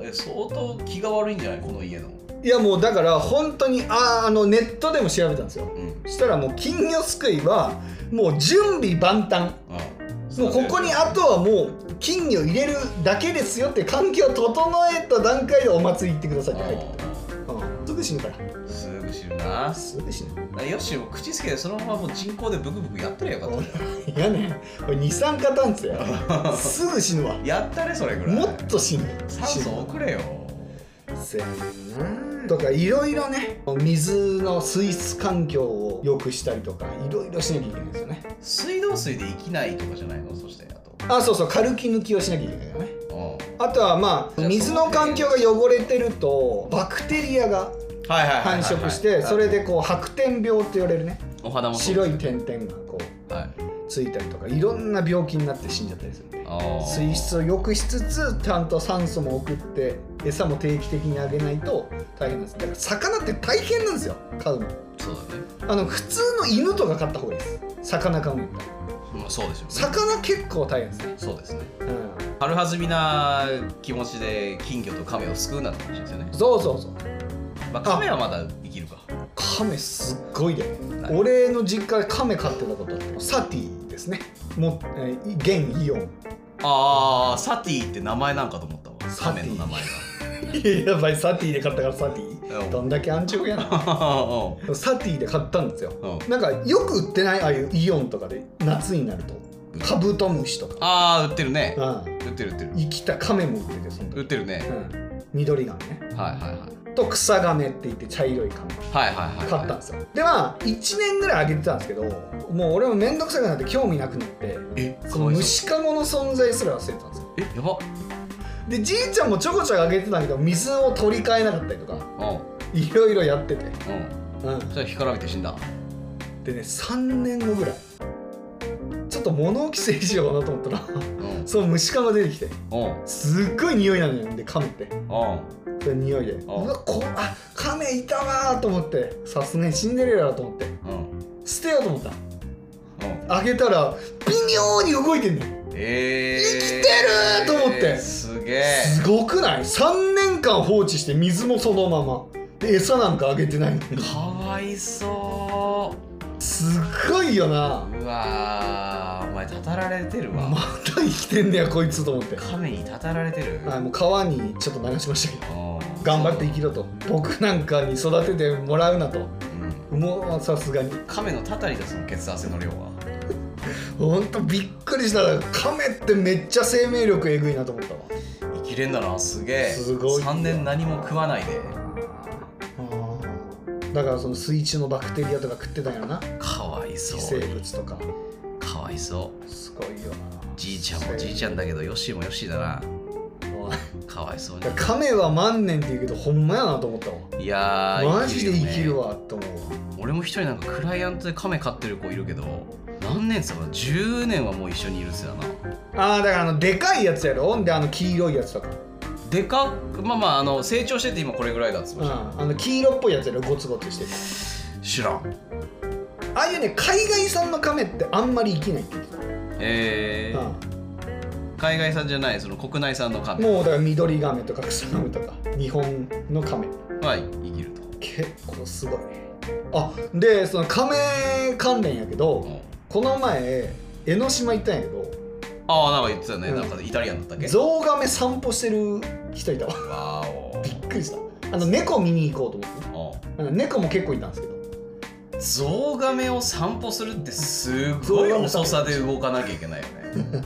Speaker 3: なえ相当気が悪いんじゃないこの家の
Speaker 2: いやもうだから本当にあーあのネットでも調べたんですよ
Speaker 3: うんうん
Speaker 2: したらもう金魚すくいはもう準備万端もうここにあとはもう金魚入れるだけですよって環境を整えた段階でお祭り行ってくださいって書いてあった、うん、すぐ死ぬから
Speaker 3: うんすぐ死ぬな
Speaker 2: すぐ死ぬ
Speaker 3: あよしもう口つけてそのままもう人工でブクブクやったらよかっ
Speaker 2: いやねこれ二酸化炭素やすぐ死ぬわ
Speaker 3: たやったねそれぐらい
Speaker 2: もっと死ぬ
Speaker 3: 酸素送れよ
Speaker 2: せやなとかいろいろね水の水質環境を良くしたりとかいろいろしなきゃいけないんですよね
Speaker 3: 水道水で生きないとかじゃないのそしてあと
Speaker 2: あそうそう軽き抜きをしなきゃいけないよね
Speaker 3: うん
Speaker 2: あとはまあ
Speaker 3: じゃあ
Speaker 2: 水の環境が汚れてるとバクテリアが
Speaker 3: はいはいはいはいは
Speaker 2: 繁
Speaker 3: い
Speaker 2: 殖してそれでこう白点病って言われるね
Speaker 3: お花もそう
Speaker 2: 白い点々がこう
Speaker 3: はい
Speaker 2: ついたりとかいろんな病気になって死んじゃったりするんで
Speaker 3: あー
Speaker 2: 水質を良くしつつちゃんと酸素も送って餌も定期的にあげないと大変なんですだから魚って大変なんですよ飼うの
Speaker 3: そうだね
Speaker 2: あの普通の犬とか飼った方がいいです魚飼うんやったら
Speaker 3: まあそうでしょうね
Speaker 2: 魚結構大変ですね
Speaker 3: そうですね
Speaker 2: うん
Speaker 3: 軽はずみな気持ちで金魚と亀を救うなんて話ですよね、
Speaker 2: そうそうそう
Speaker 3: まあ、亀はまだ生きるか
Speaker 2: カメすっごいで、ね、
Speaker 3: はい
Speaker 2: 俺の実家でカメ飼ってたことあってサティですねもう、えー現イオン
Speaker 3: ああサティって名前なんかと思ったわ
Speaker 2: サティ
Speaker 3: 亀の名前
Speaker 2: い ややばいサティで買ったからサティ
Speaker 3: うん
Speaker 2: どんだけ安直やな
Speaker 3: が
Speaker 2: サティで買ったんですよ
Speaker 3: うん
Speaker 2: なんかよく売ってないああいうイオンとかで夏になるとカブトムシとか、
Speaker 3: ああ売ってるね
Speaker 2: うん、
Speaker 3: 売ってる売ってる
Speaker 2: 生きたカメも売っててその
Speaker 3: 売っ
Speaker 2: 時、
Speaker 3: てるね
Speaker 2: うん、緑ガメね
Speaker 3: はいはいはい
Speaker 2: と草ガメって言って茶色いカメ
Speaker 3: はいはいは
Speaker 2: 買
Speaker 3: い
Speaker 2: ったんですよでまあ1年ぐらいあげてたんですけどもう俺も面倒くさくなって興味なくなって
Speaker 3: え
Speaker 2: そ
Speaker 3: か
Speaker 2: の
Speaker 3: わいそう
Speaker 2: 虫かごの存在すら忘れてたんですよ
Speaker 3: えやば
Speaker 2: でじいちゃんもちょこちょこあげてたけど水を取り替えなかったりとか
Speaker 3: うん
Speaker 2: いろいろやってて、
Speaker 3: うん
Speaker 2: うん、
Speaker 3: じゃあ干からびて死んだ
Speaker 2: でね3年後ぐらいちょっと物置き整理しようかなと思ったら
Speaker 3: うんうん
Speaker 2: その虫かご出てきて
Speaker 3: うん
Speaker 2: すっごい匂いなのよで噛むってそれ匂いでう
Speaker 3: あ
Speaker 2: わこあカメいたわーと思ってさすがに死んでるやろと思って
Speaker 3: うん
Speaker 2: 捨てようと思った
Speaker 3: うん
Speaker 2: 開けたら微妙に動いてんのよ
Speaker 3: えー、
Speaker 2: 生きてると思って
Speaker 3: すげえ
Speaker 2: すごくない ?3 年間放置して水もそのままで餌なんかあげてないのに
Speaker 3: かわいそ
Speaker 2: すごいよな
Speaker 3: ううわーお前たたられてるわ、
Speaker 2: また生きてんねやこいつと思って、
Speaker 3: 亀にたたられてる、
Speaker 2: はい、もう川にちょっと流しましたけど
Speaker 3: うん
Speaker 2: 頑張って生きろと僕なんかに育ててもらうなと
Speaker 3: うん
Speaker 2: もうさすがに
Speaker 3: 亀のたたりだその血汗の量は
Speaker 2: ほんとびっくりしたカメってめっちゃ生命力えぐいなと思ったわ
Speaker 3: 生きれんだなすげえ
Speaker 2: すごい
Speaker 3: 3年何も食わないで
Speaker 2: だからその水中のバクテリアとか食ってたんやろな
Speaker 3: かわいそ
Speaker 2: 微
Speaker 3: う
Speaker 2: 生
Speaker 3: に
Speaker 2: 物とか
Speaker 3: かわいそう
Speaker 2: すごいよな
Speaker 3: じいちゃんもじいちゃんだけどヨッシーもヨッシーだなかわいそうに
Speaker 2: カメは万年って言うけどほんまやなと思ったわ
Speaker 3: いやー
Speaker 2: マジで生きる
Speaker 3: わ
Speaker 2: わって思うわ
Speaker 3: 俺も一人なんかクライアントで亀飼ってる子いるけど何年っつったかな10年はもう一緒にいるっすよな
Speaker 2: あーだからあのでかいやつやろであの黄色いやつとか、
Speaker 3: でかっまあまああの成長してて今これぐらいだっつって
Speaker 2: うん、
Speaker 3: ました
Speaker 2: あの黄色っぽいやつやろゴツゴツしてる
Speaker 3: 知らん
Speaker 2: ああいうね海外産のカメってあんまり生きないって言って
Speaker 3: え
Speaker 2: た、
Speaker 3: ー海外産じゃないその国内産の
Speaker 2: うん
Speaker 3: 亀
Speaker 2: もうだから緑ガメとか草ガメとか日本のカメ
Speaker 3: は生きると
Speaker 2: 結構すごいあでそのカメ関連やけど、
Speaker 3: うん
Speaker 2: この前江ノ島行ったんやけど
Speaker 3: ああなんか言ってたね、
Speaker 2: うん
Speaker 3: なんかイタリアンだったっけ
Speaker 2: ゾウガメ散歩してる人いたわ
Speaker 3: わー
Speaker 2: びっくりしたあの猫見に行こうと思って
Speaker 3: おう
Speaker 2: あの猫も結構いたんですけど
Speaker 3: んゾウガメを散歩するってすごい遅さで動かなきゃいけないよ ね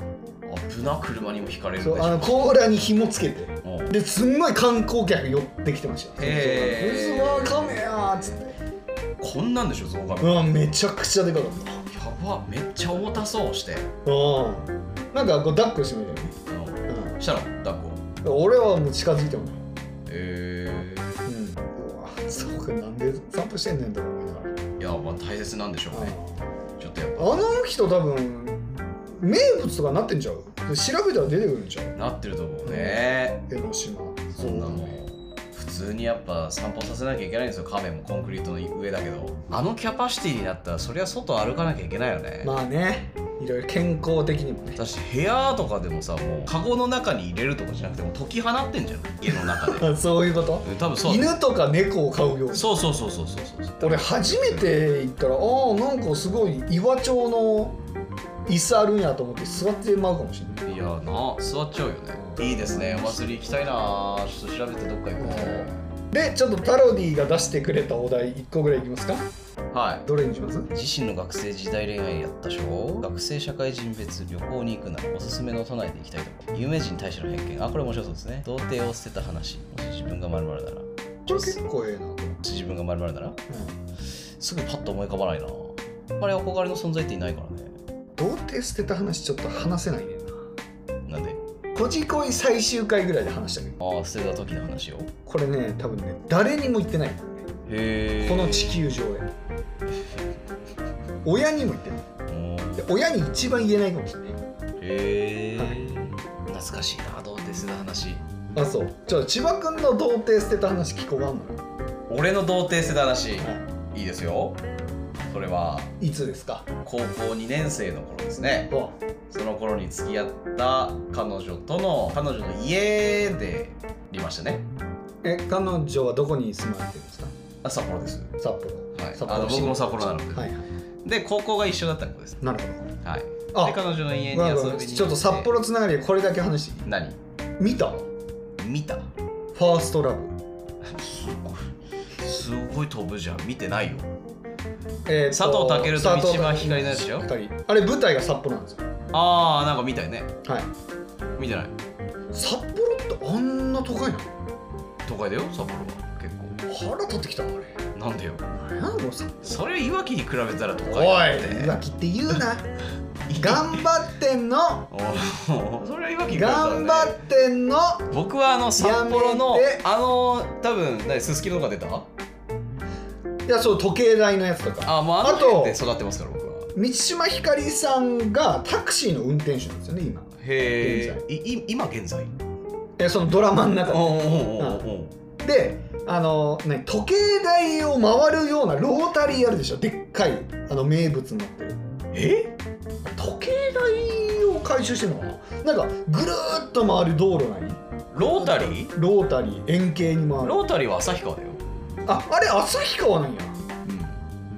Speaker 3: 危な車にもひかれるでし
Speaker 2: そうあの
Speaker 3: ょ
Speaker 2: 甲羅に紐つけて
Speaker 3: おう
Speaker 2: ですんごい観光客寄ってきてましたよ
Speaker 3: へ
Speaker 2: う
Speaker 3: ー
Speaker 2: わカメやーっつって
Speaker 3: こんなんでしょゾウガメ
Speaker 2: う
Speaker 3: や
Speaker 2: わめちゃくちゃでかかった
Speaker 3: ばめっちゃ重たそうして
Speaker 2: うんなんかこう抱っこしてみたよね
Speaker 3: うんしたら抱っこ
Speaker 2: うん俺はもう近づいてもない
Speaker 3: え
Speaker 2: うんうわそうかなんで散歩してんねんと思いながら
Speaker 3: ー、いやまあ大切なんでしょうねちょっとやっ
Speaker 2: あの人多分名物とかなってんちゃう調べたら出てくるんちゃう
Speaker 3: ぱなってると思うね
Speaker 2: 江ノ島
Speaker 3: そんなもん普通にやっぱ散歩させなきゃいけないんですよ亀もコンクリートの上だけどあのキャパシティになったらそりゃ外歩かなきゃいけないよね、
Speaker 2: まあねいろいろ健康的にもね
Speaker 3: だし部屋とかでもさもうカゴの中に入れるとかじゃなくてもう解き放ってんじゃん家の中で
Speaker 2: あそういうこと
Speaker 3: うん 多分そう
Speaker 2: 犬とか猫を飼うように
Speaker 3: そうそうそうそうそうそうそう
Speaker 2: 俺初めて行ったらああなんかすごい岩町の椅子あるんやと思って座ってまうかもしれない
Speaker 3: いやな座っちゃうよねいいですねお祭り行きたいなちょっと調べてどっか行こ
Speaker 2: でちょっとタロディが出してくれたお題1個ぐらいいきますか
Speaker 3: うはい
Speaker 2: どれにします
Speaker 3: 自身の学生時代恋愛やったしょ学生社会人別旅行に行くならおすすめの都内で行きたいとこ有名人に対しての偏見あこれ面白そうですね童貞を捨てた話もし自分が〇〇ならも
Speaker 2: これ結構ええなと思う、
Speaker 3: し自分が〇〇ならすぐパッと思い浮かばないなあんまり憧れの存在っていないからね
Speaker 2: うん、童貞捨てた話ちょっと話せないねんな
Speaker 3: なんで
Speaker 2: こじこい最終回ぐらいで話したけど
Speaker 3: ああ捨てた時の話を
Speaker 2: これね多分ね誰にも言ってない、
Speaker 3: へえ
Speaker 2: この地球上で親にも言ってないで親に一番言えないかもしれない
Speaker 3: へえ、
Speaker 2: は
Speaker 3: 懐かしいな童貞捨てた話
Speaker 2: あそうちょ千葉君の童貞捨てた話聞こうがんの
Speaker 3: 俺の童貞捨てた話
Speaker 2: はい
Speaker 3: いですよそれはい
Speaker 2: いつですか
Speaker 3: 高校2年生の頃ですね
Speaker 2: わ
Speaker 3: その頃に付き合った彼女との彼女の家でいましたね
Speaker 2: え彼女はどこに住まれてるんですか
Speaker 3: あ札幌です
Speaker 2: 札幌
Speaker 3: はい
Speaker 2: 札
Speaker 3: あの
Speaker 2: 市
Speaker 3: 僕も札幌なので、
Speaker 2: はいはい
Speaker 3: で高校が一緒だった子です
Speaker 2: なる
Speaker 3: はいで
Speaker 2: ほどあ
Speaker 3: 彼女の家に遊び
Speaker 2: ごめん
Speaker 3: に
Speaker 2: ご
Speaker 3: 行
Speaker 2: めん
Speaker 3: って
Speaker 2: ちょっと札幌つながりでこれだけ話していい
Speaker 3: 何
Speaker 2: 見たフ
Speaker 3: 見た
Speaker 2: ァーストラブ
Speaker 3: すごいすごい飛ぶじゃん見てないよ
Speaker 2: えー
Speaker 3: 佐
Speaker 2: と
Speaker 3: 藤健と三島
Speaker 2: 佐藤
Speaker 3: ひかりのやつでしょ
Speaker 2: 二人あれ舞台が札幌なんですよ
Speaker 3: あーなんか見たよね
Speaker 2: はい
Speaker 3: 見てない
Speaker 2: 札幌ってあんな都会なの
Speaker 3: 都会だよ札幌は結構
Speaker 2: 腹立ってきたなあれ
Speaker 3: なんだよ
Speaker 2: 何やろさ
Speaker 3: それいわきに比べたら都会
Speaker 2: おい浮気って言うな 頑張ってんの
Speaker 3: おいそれはいわきに比べたら、
Speaker 2: 頑
Speaker 3: ね、
Speaker 2: 張ってんの
Speaker 3: 僕はあの札幌の
Speaker 2: やめて
Speaker 3: あの多分何すすきのとか出た
Speaker 2: いやそう時計台のやつとか
Speaker 3: あもうあの
Speaker 2: あと
Speaker 3: 辺で育ってますから僕は
Speaker 2: 満島ひかりさんがタクシーの運転手なんですよね今
Speaker 3: へえいい今現在
Speaker 2: えそのドラマの中
Speaker 3: おう
Speaker 2: で
Speaker 3: おうおうおう
Speaker 2: であのね時計台を回るようなロータリーあるでしょでっかいあの名物になってる
Speaker 3: え
Speaker 2: 時計台を回収してるのかななんかぐるーっと回る道路ない
Speaker 3: ロータリー
Speaker 2: ロータリー円形に回る
Speaker 3: ロータリーは旭川だよ、
Speaker 2: ああれ旭川なんや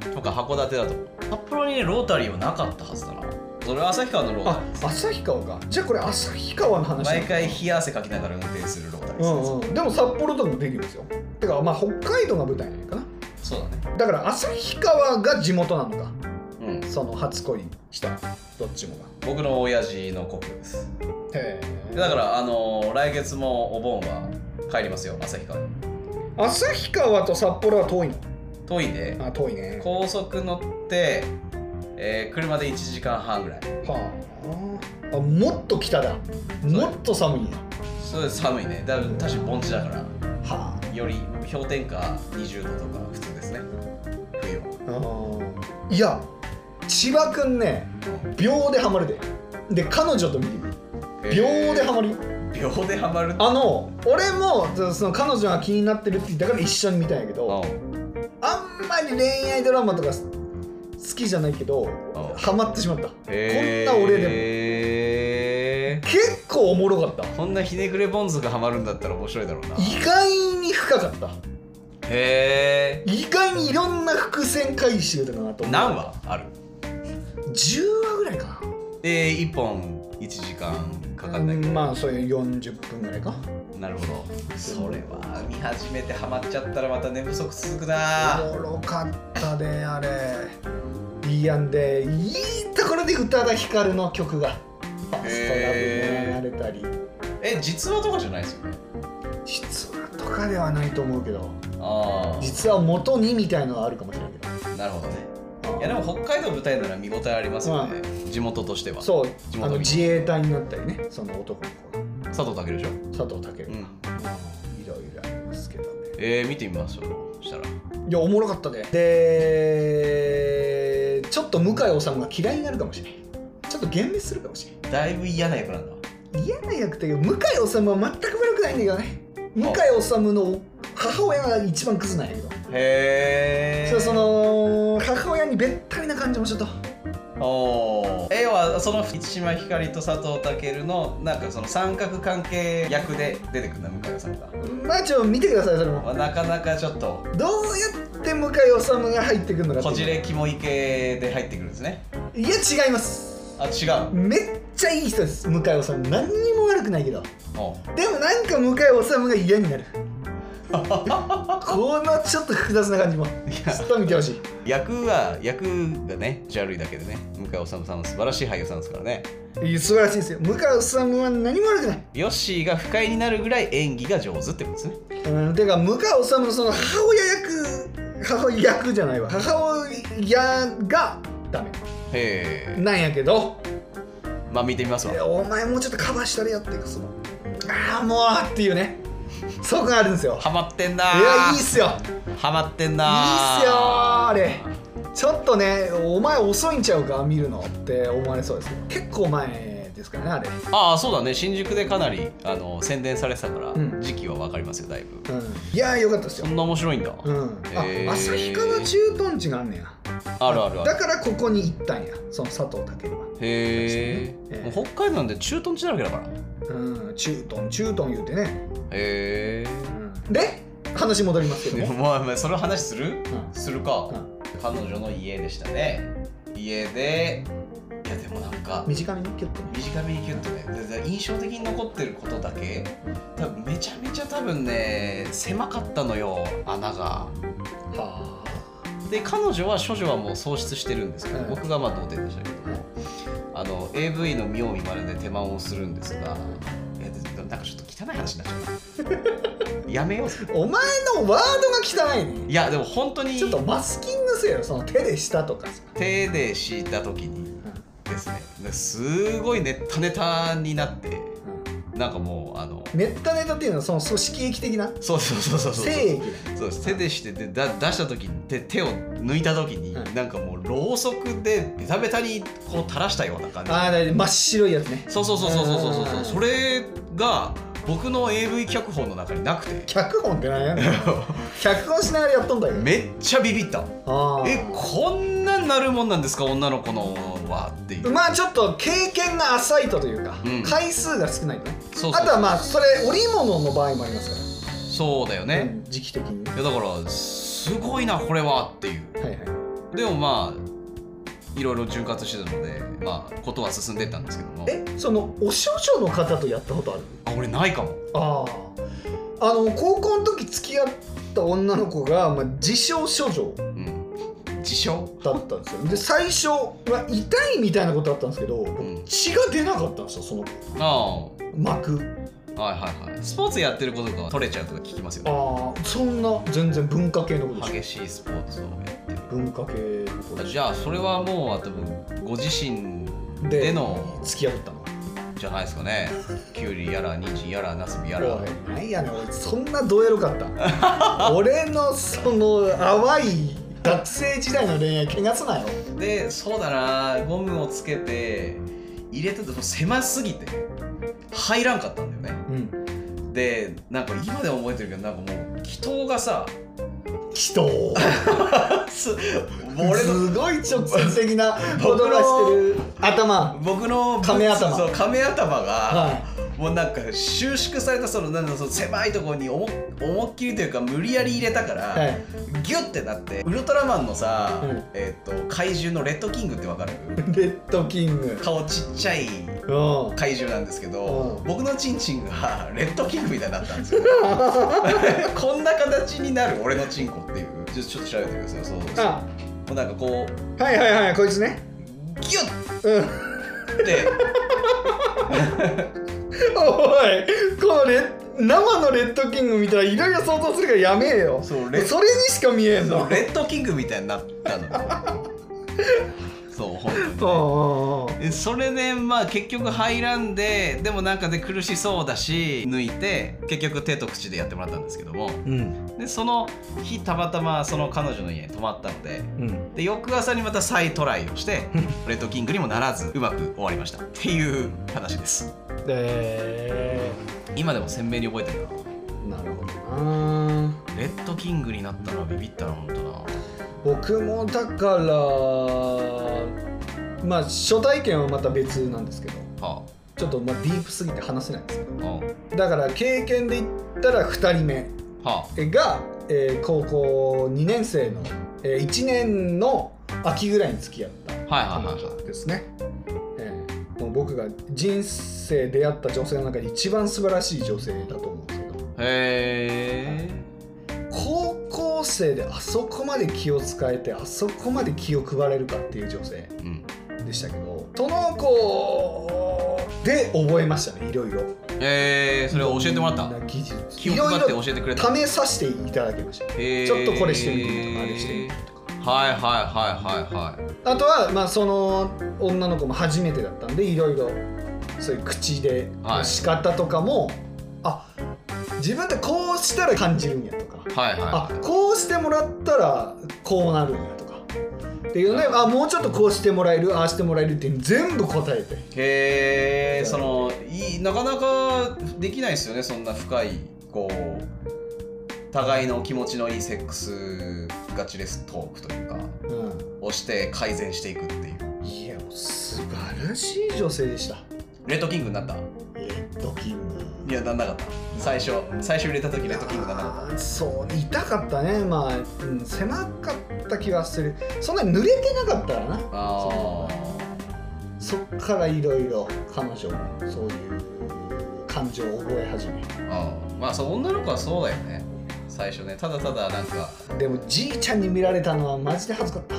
Speaker 3: うん、とか函館だと札幌にねロータリーはなかったはずだなそれは旭川のロータ
Speaker 2: あ
Speaker 3: リーです
Speaker 2: 旭川かじゃあこれ旭川の話
Speaker 3: 毎回冷や汗かきながら運転するロータリー
Speaker 2: う
Speaker 3: です、
Speaker 2: んうんでも札幌とかもできるんですよてかまあ北海道が舞台なんやかな
Speaker 3: そうだね
Speaker 2: だから旭川が地元なのか
Speaker 3: うん
Speaker 2: その初恋したどっちもが
Speaker 3: 僕の親父の故郷です
Speaker 2: へ
Speaker 3: でだからあのー来月もお盆は帰りますよ旭川に
Speaker 2: え旭川と札幌は遠いの
Speaker 3: 遠いんで
Speaker 2: あ遠いね
Speaker 3: 高速乗って、えー車で1時間半ぐらい
Speaker 2: はああもっと北だもっと寒いんや
Speaker 3: それで寒いねだ確かに盆地だから
Speaker 2: は
Speaker 3: より氷点下20度とか普通ですね冬は
Speaker 2: ああいや千葉くんね秒でハマるでで彼女と見る秒でハマるよ
Speaker 3: 秒でハマる
Speaker 2: あの俺もそその彼女が気になってるって言ったから一緒に見たんやけど
Speaker 3: うん
Speaker 2: あんまり恋愛ドラマとかす好きじゃないけど
Speaker 3: あ
Speaker 2: ハマってしまったこん
Speaker 3: へー
Speaker 2: な俺でも
Speaker 3: へー
Speaker 2: 結構おもろかった
Speaker 3: こんなひねくれボンズがハマるんだったら面白いだろうな
Speaker 2: 意外に深かった
Speaker 3: へ
Speaker 2: 意外にいろんな伏線回収だなと思う
Speaker 3: え何話ある
Speaker 2: 10話ぐらいか
Speaker 3: えー、1本1時間か
Speaker 2: な
Speaker 3: かんないけ
Speaker 2: う
Speaker 3: ど、
Speaker 2: んまあそういう40分ぐらいか
Speaker 3: なるほどそれは見始めてハマっちゃったらまた寝不足続くな
Speaker 2: おもろかったであれいいやんでいいところで宇多田ヒカルの曲が「ファーストラブ」流れたり
Speaker 3: え実話とかじゃないですよね
Speaker 2: 実話とかではないと思うけど
Speaker 3: あ
Speaker 2: 実は元にみたいのはあるかもしれないけ
Speaker 3: あなるほどね
Speaker 2: ど
Speaker 3: いやでも北海道舞台なら見応えありますよね、地元としては
Speaker 2: そう
Speaker 3: 地元
Speaker 2: あの
Speaker 3: 民
Speaker 2: 自衛隊になったりねその男の子
Speaker 3: 佐藤健でしょ
Speaker 2: 佐藤健
Speaker 3: う
Speaker 2: が、う
Speaker 3: ん
Speaker 2: んいろいろありますけどね
Speaker 3: えー、見てみましょうそしたら
Speaker 2: いやおもろかったででちょっと向井理が嫌いになるかもしれないちょっと幻滅するかもしれない
Speaker 3: だいぶ嫌な役なんだ
Speaker 2: 嫌な役というか向井理は全く悪くないんだけどね向井理の母親が一番クズなんやけど、
Speaker 3: へえ
Speaker 2: そうその母親にべったりな感じもちょっと
Speaker 3: おーえはその満島ひかりと佐藤健のなんかその三角関係役で出てくるんだ向井さんが、
Speaker 2: まあちょっと見てくださいそれ
Speaker 3: ま
Speaker 2: も
Speaker 3: あ、なかなかちょっと
Speaker 2: どうやって向井理が入ってくるのかっていう
Speaker 3: こじれキモイ系で入ってくるんですね
Speaker 2: いや違います
Speaker 3: あ違う
Speaker 2: めっちゃいい人です向井理何にも悪くないけど
Speaker 3: おう
Speaker 2: でもなんか向井理が嫌になるこのちょっと複雑な感じもちょっと見てほしい
Speaker 3: 役は役がねジャルいだけでね向井理さんは素晴らしい俳優さんですからね
Speaker 2: いや素晴らしいですよ向井理は何も悪くない
Speaker 3: ヨッシーが不快になるぐらい演技が上手ってことですね
Speaker 2: うんてか向井理のその母親役母親役じゃないわ母親がダメ
Speaker 3: へえ
Speaker 2: なんやけど
Speaker 3: まあ見てみますわ
Speaker 2: いやお前もうちょっとカバーしたれよっていうかそのああもうっていうねそこがあるんですよ
Speaker 3: ハマってんない
Speaker 2: やいいっすよいいっ
Speaker 3: ハマってん
Speaker 2: すよ
Speaker 3: な
Speaker 2: あれちょっとねお前遅いんちゃうか見るのって思われそうですけど結構前ですからねあれ
Speaker 3: ああそうだね新宿でかなりあの宣伝されてたから、
Speaker 2: うん
Speaker 3: 時期は分かりますよだいぶ
Speaker 2: うんいやーよかったですよ
Speaker 3: そんな面白いんだ、
Speaker 2: うん
Speaker 3: へー
Speaker 2: あ旭川駐屯地があんねや
Speaker 3: あるあるあ
Speaker 2: だ
Speaker 3: る
Speaker 2: からここに行ったんやその佐藤健は
Speaker 3: へえ、
Speaker 2: ええ
Speaker 3: もう北海道なんで駐屯地だらけだからへ
Speaker 2: うん駐屯駐屯言うてね、
Speaker 3: え
Speaker 2: うん、で話戻りますけど
Speaker 3: でも
Speaker 2: ね、
Speaker 3: まあまあその話する、
Speaker 2: うん
Speaker 3: するか、
Speaker 2: うん
Speaker 3: 彼女の家でしたね家でいやでもなんか
Speaker 2: 短めにキュッとね
Speaker 3: 短めにキュッとねでで印象的に残ってることだけ多分めちゃめちゃ多分ね狭かったのよ穴が
Speaker 2: は
Speaker 3: で彼女は処女はもう喪失してるんですけど、
Speaker 2: うん
Speaker 3: 僕がまあ童貞でしたけども、あの AV の見よう見まねで手間をするんですがえででもなんかちょっと汚い話になっち ゃうなやめよう
Speaker 2: あお前のワードが汚いね
Speaker 3: いやでも本当に
Speaker 2: ちょっとマスキングせよその手でしたとかさ、
Speaker 3: 手で敷いた時にですねですごいネタネタになってなんかもうあの
Speaker 2: ネッタネタっていうのはその組織液的な
Speaker 3: そうそうそうそうそう
Speaker 2: 精液
Speaker 3: そうです手でしてでだ出した時に手手を抜いた時に、
Speaker 2: うん
Speaker 3: なんかもうろうそくでベタベタにこう垂らしたような感じ
Speaker 2: ああだいたい真っ白いやつね
Speaker 3: そうそうそうそうそうそうそう
Speaker 2: うん
Speaker 3: それが僕の AV 脚本の中になくて
Speaker 2: 脚本って何やねん 脚本しながらやっとんだよ
Speaker 3: めっちゃビビった
Speaker 2: あー
Speaker 3: えこんなんなるもんなんですか女の子のはっていう
Speaker 2: まあちょっと経験が浅いとというか、
Speaker 3: うん
Speaker 2: 回数が少ないとね
Speaker 3: そう
Speaker 2: あ
Speaker 3: そう
Speaker 2: とはまあそれ織物の場合もありますか
Speaker 3: そうだよ
Speaker 2: ら
Speaker 3: ね、
Speaker 2: うん時期的に
Speaker 3: いやだからすごいなこれはっていう
Speaker 2: はいはい
Speaker 3: でもまあいろいろ潤滑してたのでまあことは進んでったんですけども
Speaker 2: えそのお少女の方とやったことある
Speaker 3: あ俺ないかも
Speaker 2: あああの高校の時付き合った女の子が、まあ、自称処女
Speaker 3: うん自称
Speaker 2: だったんですよで最初、まあ、痛いみたいなことあったんですけど、
Speaker 3: ん
Speaker 2: 血が出なかったんですよその
Speaker 3: あ
Speaker 2: 膜
Speaker 3: あはいはいはいスポーツやってることが取れちゃうとか聞きますよね
Speaker 2: ああそんな全然文化系のことで
Speaker 3: 激
Speaker 2: し
Speaker 3: しいスポーツをやって
Speaker 2: ょ
Speaker 3: る
Speaker 2: 文化系のことでし
Speaker 3: じゃあそれはもうあとご自身
Speaker 2: ょ
Speaker 3: での
Speaker 2: 付き合ったの
Speaker 3: じゃないですかねキュウリやらニンジンやらナスビやら
Speaker 2: おいなんやねんおいそんなどうエロかった 俺のその淡い学生時代の恋愛汚すなよ
Speaker 3: でそうだなゴムをつけて入れてて狭すぎて入らんかったんだよね
Speaker 2: うん
Speaker 3: でなんか今でも覚えてるけどなんかもう祈祷がさ
Speaker 2: 人 を
Speaker 3: す俺の
Speaker 2: すごい直接的な ことがしてる頭
Speaker 3: 僕の
Speaker 2: 亀頭
Speaker 3: そう亀頭が、
Speaker 2: は
Speaker 3: もうなんか収縮されたそのなんだろうその狭いところに思思いっきりというか無理やり入れたから、
Speaker 2: い はい
Speaker 3: ギュッてなってウルトラマンのさ、
Speaker 2: うん
Speaker 3: えっと怪獣のレッドキングってわかる
Speaker 2: レッドキング
Speaker 3: 顔ちっちゃい
Speaker 2: うん
Speaker 3: 怪獣なんですけど、
Speaker 2: うん
Speaker 3: 僕のチンチンがレッドキングみたいになったんです よこんな形になる俺のチンコっていうちょちょっと調べてくださいそうそうそう
Speaker 2: あ
Speaker 3: もうなんかこう
Speaker 2: はいはいはいこいつね
Speaker 3: ギュッ
Speaker 2: うん
Speaker 3: て
Speaker 2: おいこのレ生のレッドキング見たらいろいろ想像するからやめえよそ
Speaker 3: そう
Speaker 2: れ
Speaker 3: レ
Speaker 2: にしか見えんの
Speaker 3: そうレッドキングみたいになったのそう本当にね
Speaker 2: うんうんうん
Speaker 3: でそれでまあ結局入らんででもなんかで苦しそうだし抜いて結局手と口でやってもらったんですけども
Speaker 2: うん
Speaker 3: でその日たまたまその彼女の家に泊まったので
Speaker 2: うん
Speaker 3: で翌朝にまた再トライをしてレッドキングにもならずうまく終わりましたっていう話です
Speaker 2: え
Speaker 3: 今でも鮮明に覚えてるな
Speaker 2: ー、なるほどな
Speaker 3: レッドキングになったのはビビったな本当な
Speaker 2: 僕もだからまあ初体験はまた別なんですけど
Speaker 3: は
Speaker 2: ちょっとまあディープすぎて話せないんですけ
Speaker 3: あうんは
Speaker 2: どだから経験で言ったら2人目
Speaker 3: あ
Speaker 2: が、えー高校2年生の、え1年の秋ぐらいに付き合った
Speaker 3: はいはい
Speaker 2: 彼
Speaker 3: はいは
Speaker 2: 女ですね、えーもう僕が人生出会った女性の中で一番素晴らしい女性だと思うんですけど
Speaker 3: いへえ
Speaker 2: 高校生であそこまで気を使えてあそこまで気を配れるかっていう女性
Speaker 3: うん
Speaker 2: でしたけどその子で覚えましたねいろいろ
Speaker 3: えー、それを教えてもらった
Speaker 2: いろんな技術
Speaker 3: 記憶があって教えてくれた
Speaker 2: いろいろ試させていただきました
Speaker 3: へー
Speaker 2: ちょっとこれしてみるとかあれしてみる
Speaker 3: はいはいはいはいはい
Speaker 2: あとは、まあ、その女の子も初めてだったんでいろいろそういう口で
Speaker 3: はい
Speaker 2: 仕方とかも、あ自分ってこうしたら感じるんやとか、
Speaker 3: はい
Speaker 2: あ
Speaker 3: はい
Speaker 2: こうしてもらったらこうなるんやとかっていうので、あもうちょっとこうしてもらえるああしてもらえるっていうの全部答えて
Speaker 3: へえそのいいなかなかできないですよねそんな深いこう互いの気持ちのいいセックスガチレストークというか
Speaker 2: う
Speaker 3: をして改善していくっていうん
Speaker 2: いやもう素晴らしい女性でした
Speaker 3: レッドキングになったい
Speaker 2: えっとキング
Speaker 3: やなんなかった最初最初入れた時レッドキングにならなかっ
Speaker 2: あーそう痛かったねまあ、うん、狭かった気はするそんなに濡れてなかったらな
Speaker 3: たあ
Speaker 2: そっからいろいろ彼女もそういう感情を覚え始め
Speaker 3: ーあーまあそう女の子はそうだよね最初ねただただなんか
Speaker 2: でもじいちゃんに見られたのはマジで恥ずかった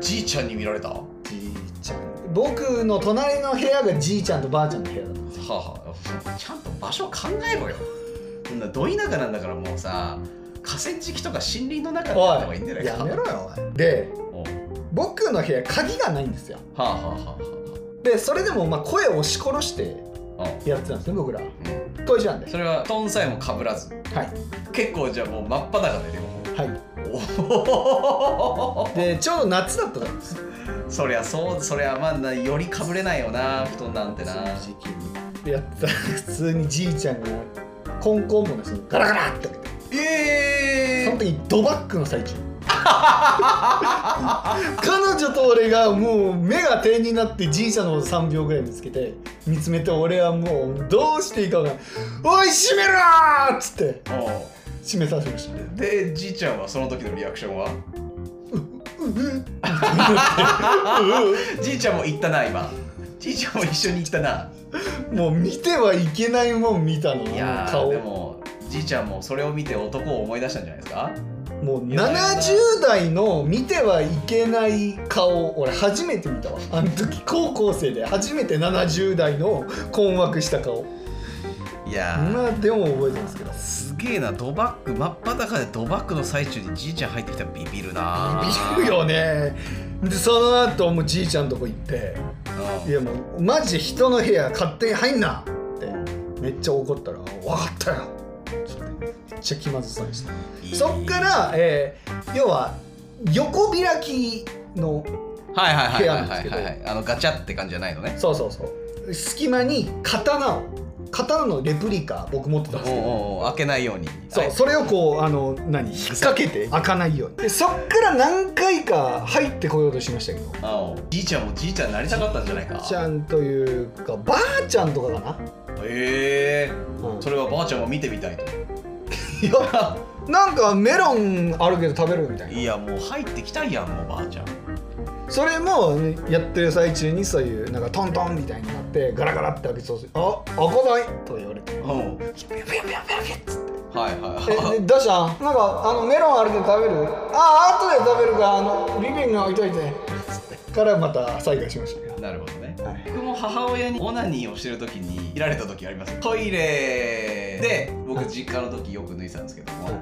Speaker 3: じいちゃんに見られたは
Speaker 2: じいちゃん僕の隣の部屋がじいちゃんとばあちゃんの部屋だった
Speaker 3: あはあちゃんと場所考えろよそんなど田舎なんだからもうさ河川敷とか森林の中でやった方がいいんじゃないか
Speaker 2: やめろよおいで
Speaker 3: おう
Speaker 2: 僕の部屋鍵がないんですよ
Speaker 3: はあはあは
Speaker 2: でそれでもまあ声を押し殺して
Speaker 3: あはあおう
Speaker 2: やってたんですね僕ら
Speaker 3: うん
Speaker 2: 当時なんで
Speaker 3: それはトンさえもかぶらず
Speaker 2: はい
Speaker 3: 結構じゃあもう真っ裸で両
Speaker 2: は
Speaker 3: 方
Speaker 2: い
Speaker 3: おお
Speaker 2: でちょうど夏だったんです
Speaker 3: そりゃそうそりゃまあなよりかぶれないよな布団なんてな
Speaker 2: その時期にってやってたら普通にじいちゃんがコンコンボの人にガラガラって開けて
Speaker 3: え
Speaker 2: その時にドバックの最中彼女と俺がもう目が点になってじいちゃんの方3秒ぐらい見つけて見つめて俺はもうどうしていいかが「おい閉めろ!」っつって閉めさせましたね
Speaker 3: でじいちゃんはその時のリアクションはじいちゃんも言ったな今じいちゃんも一緒に行ったな
Speaker 2: もう見てはいけないもん見たの
Speaker 3: いやー
Speaker 2: 顔
Speaker 3: でもじいちゃんもそれを見て男を思い出したんじゃないですか
Speaker 2: もう
Speaker 3: いやいや
Speaker 2: 70代の見てはいけない顔俺初めて見たわあの時高校生で初めて70代の困惑した顔
Speaker 3: いやー
Speaker 2: 今でも覚えてますけど
Speaker 3: すげえなドバック真っ裸でドバックの最中にじいちゃん入ってきたらビビるな
Speaker 2: ビビるよねでその後もうじいちゃんとこ行って「
Speaker 3: う
Speaker 2: い
Speaker 3: ん
Speaker 2: やもうマジで人の部屋勝手に入んな!」ってめっちゃ怒ったら「分かったよ」つってめっちゃ気まずそうでした
Speaker 3: いい
Speaker 2: そっから、えー要は横開きの
Speaker 3: はいはいはいはい
Speaker 2: 部屋なんですけど
Speaker 3: はいはいあのガチャって感じじゃないのね
Speaker 2: そうそうそう隙間に刀を刀のレプリカ僕持ってたん
Speaker 3: お
Speaker 2: で
Speaker 3: う
Speaker 2: すけど
Speaker 3: おうおう開けないように
Speaker 2: そうそれをこうあの何引っ掛けて開かないようにでそっから何回か入ってこようとしましたけど
Speaker 3: あおじいちゃんもじいちゃんになりたかったんじゃないか
Speaker 2: ちゃんというかばあちゃんとかかな
Speaker 3: へえ
Speaker 2: うん
Speaker 3: それはばあちゃんも見てみたいと
Speaker 2: いやなんかメロンあるけど食べるみたいない
Speaker 3: やもう入ってきたいやんもうばあちゃん
Speaker 2: それもやってる最中にそういうなんかトントンみたいになってガラガラって開けそうするあ開かないと言われて
Speaker 3: うん
Speaker 2: ピュピュピュピュピュっつって
Speaker 3: はいは
Speaker 2: え
Speaker 3: い
Speaker 2: でどうしたんなんかあのメロンあるけど食べるああ後で食べるからあのリビングに置いといてからまた再開しましたけど
Speaker 3: なるほどね
Speaker 2: はい
Speaker 3: 僕も母親にオナニーをしてる時にいられた時ありますトイレで僕実家の時よく脱いでたんですけども、
Speaker 2: はい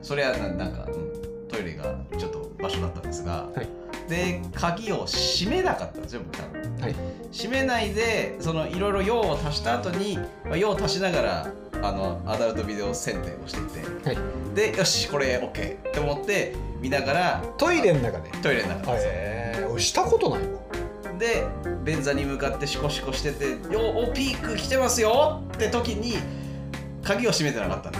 Speaker 3: それはななんか、うんトイレがちょっと場所だったんですが、
Speaker 2: はい
Speaker 3: で鍵を閉めなかったんですよ僕多分
Speaker 2: はい
Speaker 3: 閉めないでそのいろいろ用を足した後に、まあ、用を足しながらあのアダルトビデオ選定をしていて
Speaker 2: はい
Speaker 3: でよしこれ OK って思って見ながら
Speaker 2: トイレの中で
Speaker 3: トイレの中です
Speaker 2: へえ俺したことないわ
Speaker 3: で便座に向かってシコシコしてて「よおピーク来てますよ!」って時に鍵を閉めてなかったんで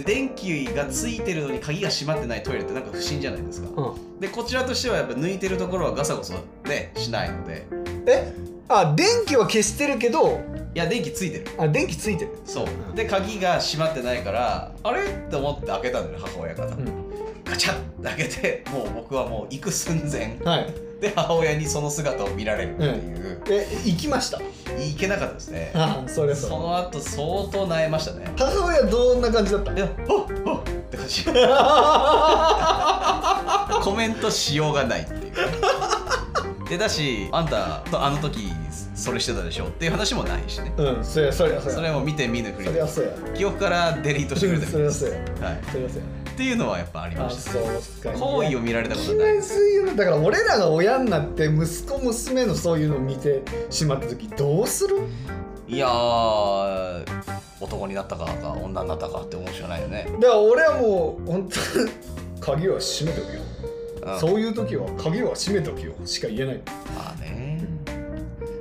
Speaker 3: で電気がついてるのに鍵が閉まってないトイレってなんか不審じゃないですか、
Speaker 2: うん
Speaker 3: でこちらとしてはやっぱ抜いてるところはガサゴサねしないので
Speaker 2: えあ電気は消してるけど
Speaker 3: いや電気ついてる
Speaker 2: あ電気ついてる
Speaker 3: そうで鍵が閉まってないからあれって思って開けたんだよね母親が、
Speaker 2: ん
Speaker 3: ガチャッて開けてもう僕はもう行く寸前
Speaker 2: はい
Speaker 3: で母親にその姿を見られるっていう、
Speaker 2: え行きました
Speaker 3: いけなかったですね
Speaker 2: あそれ
Speaker 3: そ
Speaker 2: そう
Speaker 3: の後相当萎えましたね
Speaker 2: 母親どんな感じだった
Speaker 3: いや「ほっほっ」って感 じコメントしようがないっていうでだしあんたとあの時それしてたでしょっていう話もないしね
Speaker 2: うんそりゃそりゃそりゃ
Speaker 3: それも見て見ぬふり
Speaker 2: そりゃそうや
Speaker 3: 記憶からデリートしてくれたみた
Speaker 2: そ
Speaker 3: い
Speaker 2: りゃ
Speaker 3: です
Speaker 2: そうや
Speaker 3: はい、
Speaker 2: そりゃそうや
Speaker 3: っていうのはやっぱありま
Speaker 2: あ
Speaker 3: した
Speaker 2: そうっすか
Speaker 3: 好意を見られたこと
Speaker 2: 気
Speaker 3: はない
Speaker 2: まずいよねだから俺らが親になって息子娘のそういうのを見てしまった時どうする
Speaker 3: いやー男になったかか女になったかって思うしかないよね、
Speaker 2: だから俺はもう本当に鍵は閉めとくよ
Speaker 3: うん
Speaker 2: そういう時は鍵は閉めとくよしか言えない
Speaker 3: まあね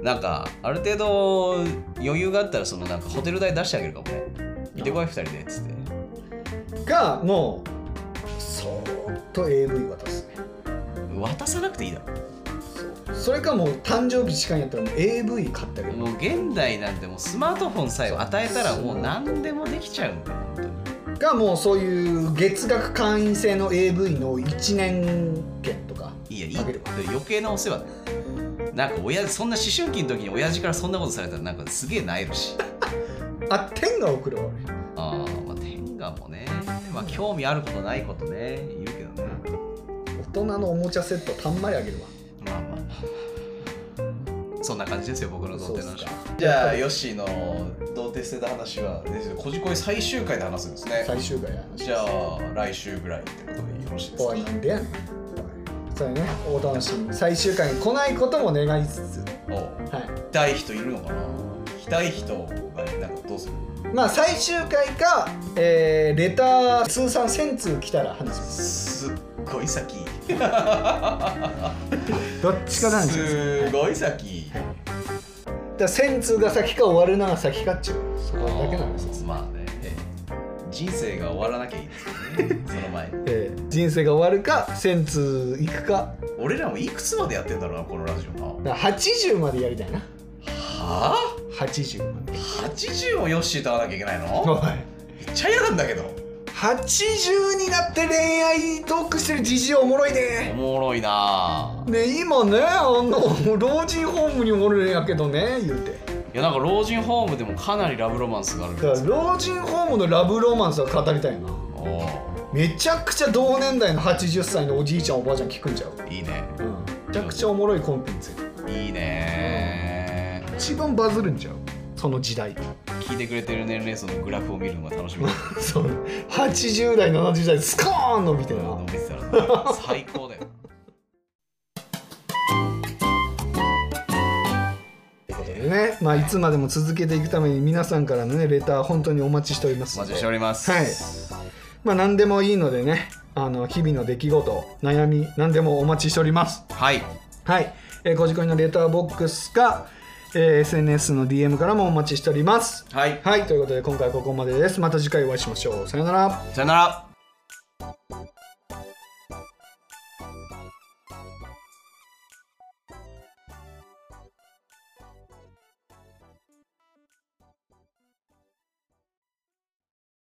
Speaker 3: なんかある程度余裕があったらそのなんかホテル代出してあげるかもね行ってこい2人でっつって
Speaker 2: がもうそーっと AV 渡すね
Speaker 3: 渡さなくていいだろ
Speaker 2: それかもう誕生日時間やったらもう AV 買ってあげる
Speaker 3: もう現代なんてもうスマートフォンさえ与えたらもう何でもできちゃうんだよ本当に
Speaker 2: がもうそういう月額会員制の AV の1年券とか
Speaker 3: いやいい
Speaker 2: あげる
Speaker 3: って余計なお世話だよなんか親そんな思春期の時に親父からそんなことされたらなんかすげえ萎えるし
Speaker 2: あ天が送るわ俺
Speaker 3: ああまあ天下もねまあ興味あることないことね言うけどね
Speaker 2: 大人のおもちゃセットたんまりあげるわ
Speaker 3: まあまあまあそんな感じですよ僕の童貞の話
Speaker 2: そ
Speaker 3: は
Speaker 2: うっすか
Speaker 3: じゃあヨッシーの童貞捨てた話はですねこじこい最終回で話すんですね
Speaker 2: 最終回の話
Speaker 3: じゃあ来週ぐらいってことでよろしいです
Speaker 2: お
Speaker 3: か
Speaker 2: いなんでやねんそれねお楽しみに最終回に来ないことも願いつつ
Speaker 3: お
Speaker 2: は
Speaker 3: 来たい人いるのかな来たい人がなんかどうする
Speaker 2: いまあ最終回か、えーレター通算1000通来たら話します
Speaker 3: すっごい先
Speaker 2: どっちかなんです
Speaker 3: すごい先
Speaker 2: ら千通が先か終わるなが先かっちゅうそこだけなんですよ、
Speaker 3: まあね、ええ人生が終わらなきゃいいですよねその前に
Speaker 2: ええ人生が終わるか千通いくか
Speaker 3: 俺らもいくつまでやってんだろうなこのラジオなは
Speaker 2: だから80までやりたいな
Speaker 3: あ
Speaker 2: 80まで
Speaker 3: 80をヨッシーと会わなきゃいけない
Speaker 2: お
Speaker 3: の
Speaker 2: い
Speaker 3: めっちゃ嫌なんだけど
Speaker 2: 80になって恋愛トークしてるじじいおもろい
Speaker 3: お
Speaker 2: ね
Speaker 3: もろいなぁ
Speaker 2: ね今ねあの老人ホームにおるんやけどね言うて
Speaker 3: いやなんか老人ホームでもかなりラブロマンスがある
Speaker 2: だから老人ホームのラブロマンスは語りたいな
Speaker 3: おお
Speaker 2: めちゃくちゃ同年代の80歳のおじいちゃんおばあちゃん聞くんちゃう、
Speaker 3: いいね
Speaker 2: うん、めちゃくちゃおもろいコンテンツ
Speaker 3: いいね
Speaker 2: 一番バズるんちゃうその時代
Speaker 3: 聞いてくれてる年齢層のグラフを見るのが楽しみだ
Speaker 2: そう80代70代スコーン伸びて
Speaker 3: う
Speaker 2: る
Speaker 3: ん
Speaker 2: な
Speaker 3: 伸びてたら最高だよ
Speaker 2: ねまあ、いつまでも続けていくために皆さんからのねレター本当にお待ちしております
Speaker 3: お待ちしております
Speaker 2: はいまあ、何でもいいのでねあの日々の出来事悩み何でもお待ちしております
Speaker 3: はい
Speaker 2: はい、えー、ご自己のレターボックスか、えー SNS の DM からもお待ちしております
Speaker 3: はい
Speaker 2: はいということで今回はここまでですまた次回お会いしましょうさよなら
Speaker 3: さよなら